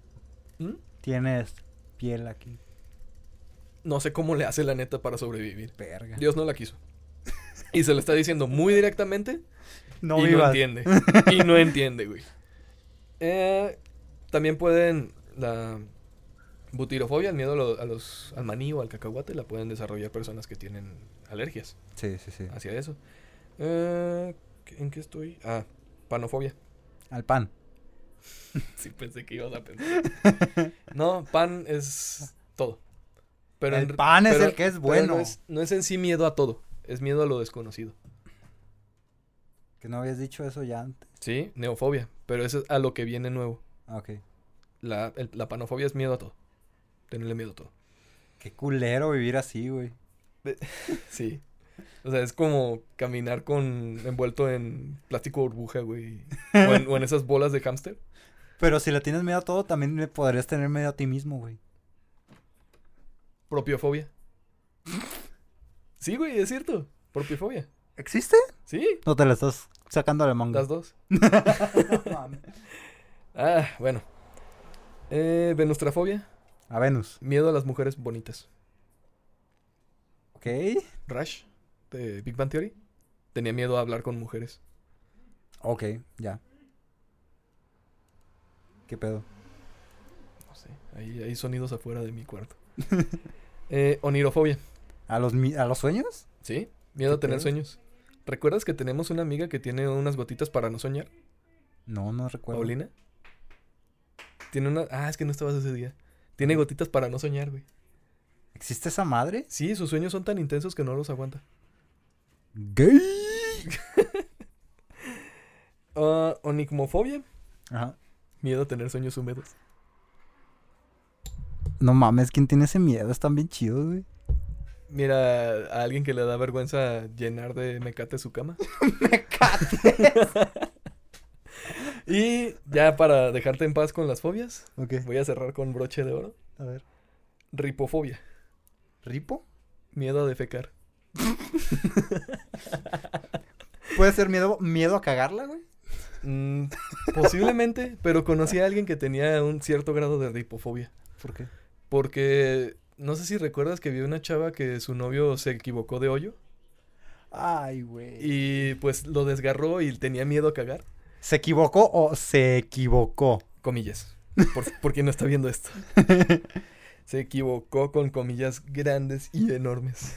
Speaker 1: ¿Mm?
Speaker 2: tienes piel aquí.
Speaker 1: No sé cómo le hace la neta para sobrevivir.
Speaker 2: Verga.
Speaker 1: Dios no la quiso. Y se lo está diciendo muy directamente
Speaker 2: no
Speaker 1: y no
Speaker 2: vivas.
Speaker 1: entiende. Y no entiende, güey. Eh, también pueden la butirofobia, el miedo a lo- a los, al maní o al cacahuate, la pueden desarrollar personas que tienen alergias.
Speaker 2: sí, sí, sí.
Speaker 1: hacia eso. Eh, ¿qué- ¿En qué estoy? Ah, panofobia.
Speaker 2: Al pan.
Speaker 1: Sí, pensé que ibas a pensar. No, pan es todo. Pero
Speaker 2: el
Speaker 1: en-
Speaker 2: pan es
Speaker 1: pero-
Speaker 2: el que es
Speaker 1: pero
Speaker 2: bueno.
Speaker 1: No es, no es en sí miedo a todo, es miedo a lo desconocido.
Speaker 2: Que no habías dicho eso ya antes.
Speaker 1: Sí, neofobia, pero eso es a lo que viene nuevo.
Speaker 2: Ah, Ok.
Speaker 1: La, el- la panofobia es miedo a todo. Tenerle miedo a todo.
Speaker 2: Qué culero vivir así, güey.
Speaker 1: Sí. O sea, es como caminar con envuelto en plástico burbuja, güey. O en, o en esas bolas de hámster.
Speaker 2: Pero si le tienes miedo a todo, también le podrías tener miedo a ti mismo, güey.
Speaker 1: Propiofobia. Sí, güey, es cierto. Propiofobia.
Speaker 2: ¿Existe?
Speaker 1: Sí,
Speaker 2: No te la estás sacando a la
Speaker 1: las
Speaker 2: manga.
Speaker 1: dos.
Speaker 2: No mames.
Speaker 1: Ah, bueno. Eh, venustrafobia.
Speaker 2: a Venus.
Speaker 1: Miedo a las mujeres bonitas.
Speaker 2: Ok.
Speaker 1: Rush, de Big Bang Theory. Tenía miedo a hablar con mujeres.
Speaker 2: Ok, ya. ¿Qué pedo?
Speaker 1: No sé, hay, hay sonidos afuera de mi cuarto. Eh, onirofobia.
Speaker 2: ¿A los, mi- ¿A los sueños?
Speaker 1: ¿Sí? Miedo a
Speaker 2: ¿Qué
Speaker 1: tener
Speaker 2: pedo?
Speaker 1: sueños. ¿Recuerdas que tenemos una amiga que tiene unas gotitas para no soñar?
Speaker 2: No, no recuerdo.
Speaker 1: Paulina. Tiene una... Ah, es que no estabas ese día. Tiene gotitas para no soñar, güey.
Speaker 2: ¿Existe esa madre?
Speaker 1: Sí, sus sueños son tan intensos que no los aguanta.
Speaker 2: ¿Gay?
Speaker 1: Ah, onicmofobia.
Speaker 2: Ajá.
Speaker 1: Miedo a tener sueños húmedos.
Speaker 2: No mames, ¿quién tiene ese miedo? Están bien chidos, güey.
Speaker 1: Mira, a alguien que le da vergüenza llenar de mecate su cama. ¡Mecate! y ya para dejarte en paz con las fobias,
Speaker 2: Ok,
Speaker 1: voy a cerrar con broche de oro.
Speaker 2: a ver.
Speaker 1: Ripofobia.
Speaker 2: ¿Ripo?
Speaker 1: Miedo a defecar.
Speaker 2: ¿Puede ser miedo, miedo a cagarla, güey?
Speaker 1: Mm, posiblemente, pero conocí a alguien que tenía un cierto grado de ripofobia.
Speaker 2: ¿Por qué?
Speaker 1: Porque no sé si recuerdas que vi una chava que su novio se equivocó de hoyo
Speaker 2: Ay, güey.
Speaker 1: y pues lo desgarró y tenía miedo a cagar.
Speaker 2: ¿Se equivocó o se equivocó?
Speaker 1: comillas. Por, por quien no está viendo esto. Se equivocó con comillas grandes y enormes.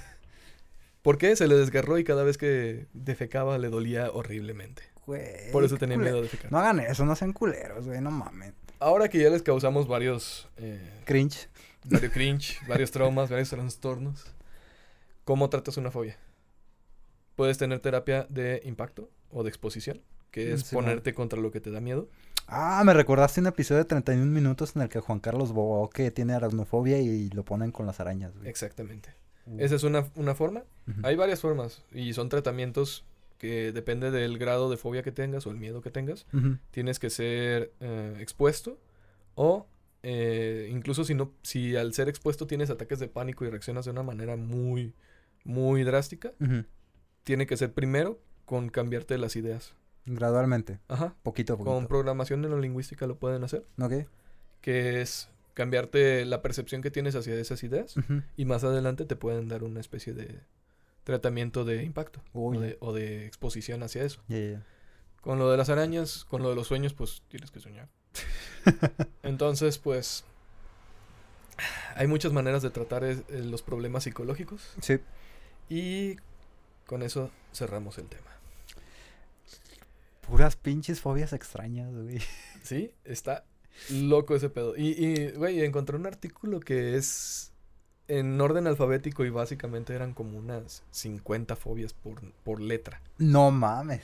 Speaker 1: ¿Por qué? Se le desgarró y cada vez que defecaba le dolía horriblemente.
Speaker 2: Güey.
Speaker 1: Por eso
Speaker 2: qué
Speaker 1: tenía
Speaker 2: culero.
Speaker 1: miedo de defecar.
Speaker 2: Eh, No hagan eso, no sean culeros, güey, no mames.
Speaker 1: Ahora que ya les causamos varios, eh,
Speaker 2: Cringe.
Speaker 1: varios cringe, varios traumas, varios trastornos, ¿cómo tratas una fobia? Puedes tener terapia de impacto o de exposición, que
Speaker 2: Mm,
Speaker 1: es
Speaker 2: Simón.
Speaker 1: ponerte contra lo que te da miedo.
Speaker 2: Ah, me recordaste un episodio de 31 minutos en el que Juan Carlos Boque tiene aracnofobia y lo ponen con las arañas, güey.
Speaker 1: Exactamente.
Speaker 2: Uh,
Speaker 1: Esa es una, una forma.
Speaker 2: ujú.
Speaker 1: Hay varias formas y son tratamientos que depende del grado de fobia que tengas o el miedo que tengas.
Speaker 2: Ujú.
Speaker 1: Tienes que ser eh, expuesto o eh, incluso si no, si al ser expuesto tienes ataques de pánico y reaccionas de una manera muy, muy drástica,
Speaker 2: Ujú.
Speaker 1: tiene que ser primero con cambiarte las ideas.
Speaker 2: Gradualmente,
Speaker 1: Ajá.
Speaker 2: poquito a
Speaker 1: Con
Speaker 2: poquito.
Speaker 1: programación neurolingüística lo pueden hacer,
Speaker 2: ¿Ok?
Speaker 1: que es cambiarte la percepción que tienes hacia esas ideas
Speaker 2: Ujú.
Speaker 1: y más adelante te pueden dar una especie de tratamiento de impacto o
Speaker 2: Oye.
Speaker 1: de, o de exposición hacia eso.
Speaker 2: Ya, ya, ya.
Speaker 1: Con lo de las arañas, con lo de los sueños, pues tienes que soñar. Entonces, pues hay muchas maneras de tratar es- eh, los problemas psicológicos
Speaker 2: Sí.
Speaker 1: y con eso cerramos el tema.
Speaker 2: Puras pinches fobias extrañas, güey.
Speaker 1: Sí, está loco ese pedo. Y, y, güey, encontré un artículo que es en orden alfabético y básicamente eran como unas 50 fobias por, por letra.
Speaker 2: No mames.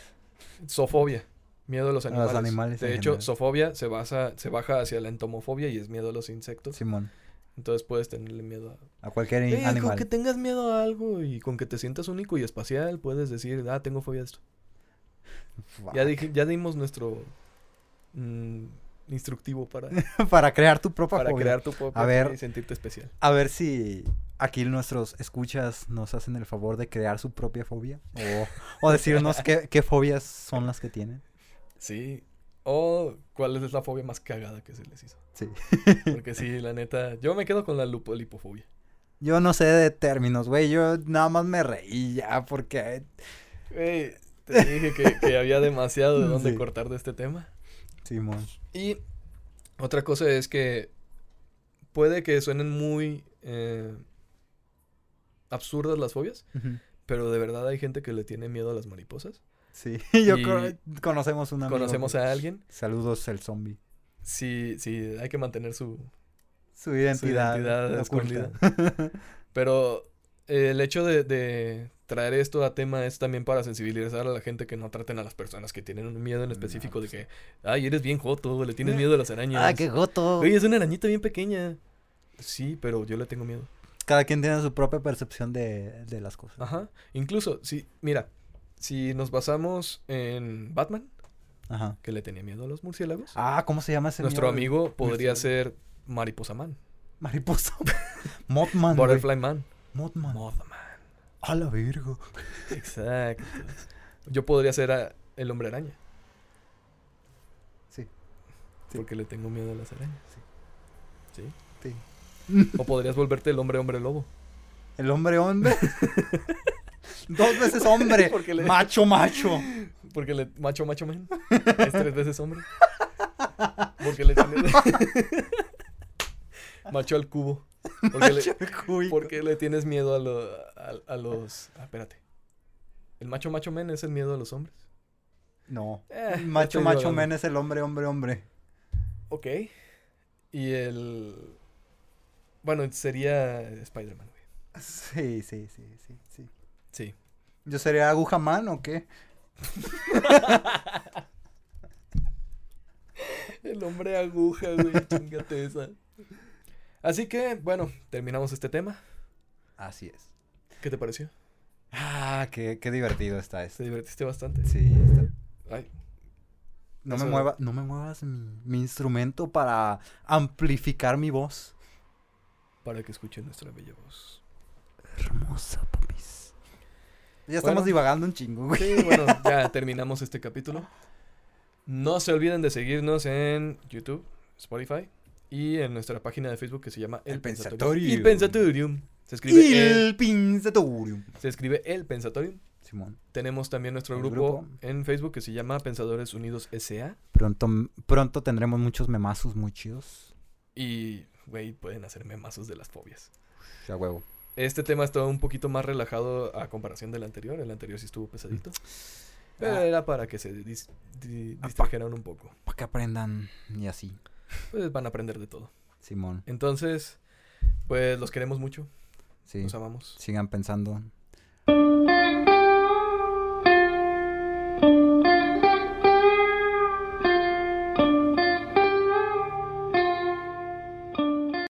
Speaker 1: Zoofobia. Miedo a los
Speaker 2: A los
Speaker 1: animales.
Speaker 2: animales
Speaker 1: de
Speaker 2: en
Speaker 1: hecho,
Speaker 2: general.
Speaker 1: zoofobia se basa, se baja hacia la entomofobia y es miedo a los insectos.
Speaker 2: Simón,
Speaker 1: Entonces puedes tenerle miedo a.
Speaker 2: a cualquier
Speaker 1: Eh, con
Speaker 2: animal.
Speaker 1: que tengas miedo a algo y con que te sientas único y espacial, puedes decir, ah, tengo fobia a esto.
Speaker 2: Fuck.
Speaker 1: Ya dije, ya dimos nuestro mm, instructivo para,
Speaker 2: Para crear tu propia
Speaker 1: para
Speaker 2: fobia.
Speaker 1: crear tu propia
Speaker 2: A ver.
Speaker 1: fobia y sentirte especial.
Speaker 2: A ver si aquí nuestros escuchas nos hacen el favor de crear su propia fobia. O, o decirnos qué, qué fobias son las que tienen.
Speaker 1: Sí. O cuál es la fobia más cagada que se les hizo.
Speaker 2: Sí.
Speaker 1: Porque sí, la neta, yo me quedo con la lupolipofobia.
Speaker 2: Yo no sé de términos, güey. Yo nada más me reí ya porque...
Speaker 1: Güey, te dije que, que había demasiado de dónde
Speaker 2: Sí.
Speaker 1: cortar de este tema.
Speaker 2: Simón.
Speaker 1: Y otra cosa es que puede que suenen muy eh, absurdas las fobias,
Speaker 2: Ujú.
Speaker 1: pero de verdad hay gente que le tiene miedo a las mariposas.
Speaker 2: Sí. Yo
Speaker 1: Y-
Speaker 2: co- conocemos una...
Speaker 1: Conocemos a alguien.
Speaker 2: Saludos el zombie.
Speaker 1: Sí, sí, hay que mantener su,
Speaker 2: Su identidad.
Speaker 1: su identidad
Speaker 2: oculta.
Speaker 1: escondida. Pero eh, el hecho de, de traer esto a tema es también para sensibilizar a la gente que no traten a las personas que tienen un miedo en específico de que, ay, eres bien joto, le tienes miedo a las arañas.
Speaker 2: pues ah, qué goto.
Speaker 1: Oye, es una arañita bien pequeña. Sí, pero yo le tengo miedo.
Speaker 2: Cada quien tiene su propia percepción de, de las cosas.
Speaker 1: Ajá. Incluso, si, mira, si nos basamos en Batman,
Speaker 2: Ajá.
Speaker 1: que le tenía miedo a los murciélagos,
Speaker 2: Ah, ¿cómo se llama ese
Speaker 1: nuestro
Speaker 2: miedo?
Speaker 1: amigo podría
Speaker 2: murciélago.
Speaker 1: ser Mariposa Man,
Speaker 2: Mariposa. Mothman. güey.
Speaker 1: Butterfly Man,
Speaker 2: Mothman.
Speaker 1: Mothman.
Speaker 2: A la virgo.
Speaker 1: Exacto. Yo podría ser ah, el hombre araña.
Speaker 2: Sí. Sí.
Speaker 1: Porque le tengo miedo a las arañas. Sí.
Speaker 2: Sí.
Speaker 1: O podrías volverte el hombre hombre lobo.
Speaker 2: El hombre hombre. Dos veces hombre.
Speaker 1: Porque le-
Speaker 2: Macho, macho.
Speaker 1: Porque le macho macho man. Es tres veces hombre. Porque le tienes macho al cubo. Porque le,
Speaker 2: Chacuico.
Speaker 1: porque le tienes miedo a, lo- a- a los ah, espérate. El macho macho men es el miedo a los hombres.
Speaker 2: No.
Speaker 1: Eh, ya
Speaker 2: Macho,
Speaker 1: estoy
Speaker 2: macho,
Speaker 1: divagando.
Speaker 2: men es el hombre, hombre, hombre.
Speaker 1: Ok. Y el bueno, sería Spider-Man, güey.
Speaker 2: Sí, sí, sí, sí, sí.
Speaker 1: Sí.
Speaker 2: ¿Yo sería aguja man o qué?
Speaker 1: El hombre aguja, güey, chingate esa. Así que, bueno, terminamos este tema.
Speaker 2: Así es.
Speaker 1: ¿Qué te pareció?
Speaker 2: Ah, qué, qué divertido está
Speaker 1: ¿Te
Speaker 2: este.
Speaker 1: divertiste bastante?
Speaker 2: Sí, está.
Speaker 1: Ay,
Speaker 2: No
Speaker 1: Eso-
Speaker 2: me, mueva, no me muevas mi, mi instrumento para amplificar mi voz.
Speaker 1: para que escuchen nuestra bella voz.
Speaker 2: Hermosa, papis.
Speaker 1: Bueno.
Speaker 2: Ya estamos divagando un chingo, güey.
Speaker 1: Sí, bueno, ya terminamos este capítulo. No se olviden de seguirnos en YouTube, Spotify y en nuestra página de Facebook que se llama
Speaker 2: El
Speaker 1: El
Speaker 2: Pensatorium.
Speaker 1: Pensatorium. Se escribe eh. el,
Speaker 2: El pinzatorium.
Speaker 1: se escribe el Pensatorium.
Speaker 2: Simón.
Speaker 1: Tenemos también nuestro
Speaker 2: El
Speaker 1: grupo,
Speaker 2: grupo.
Speaker 1: en Facebook que se llama Pensadores Unidos SA.
Speaker 2: Pronto, pronto tendremos muchos memazos muy chidos.
Speaker 1: Y, güey, pueden hacer memazos de las fobias.
Speaker 2: Ya huevo.
Speaker 1: Este tema estaba un poquito más relajado a comparación del anterior. El anterior sí estuvo pesadito. Pero
Speaker 2: Mm. Ah.
Speaker 1: era para que se dis- di-
Speaker 2: Ah, pa-
Speaker 1: distrajeran un poco.
Speaker 2: Para que aprendan y así.
Speaker 1: Pues van a aprender de todo.
Speaker 2: Simón.
Speaker 1: Entonces, pues los queremos mucho.
Speaker 2: Sí.
Speaker 1: Los amamos.
Speaker 2: Sigan pensando.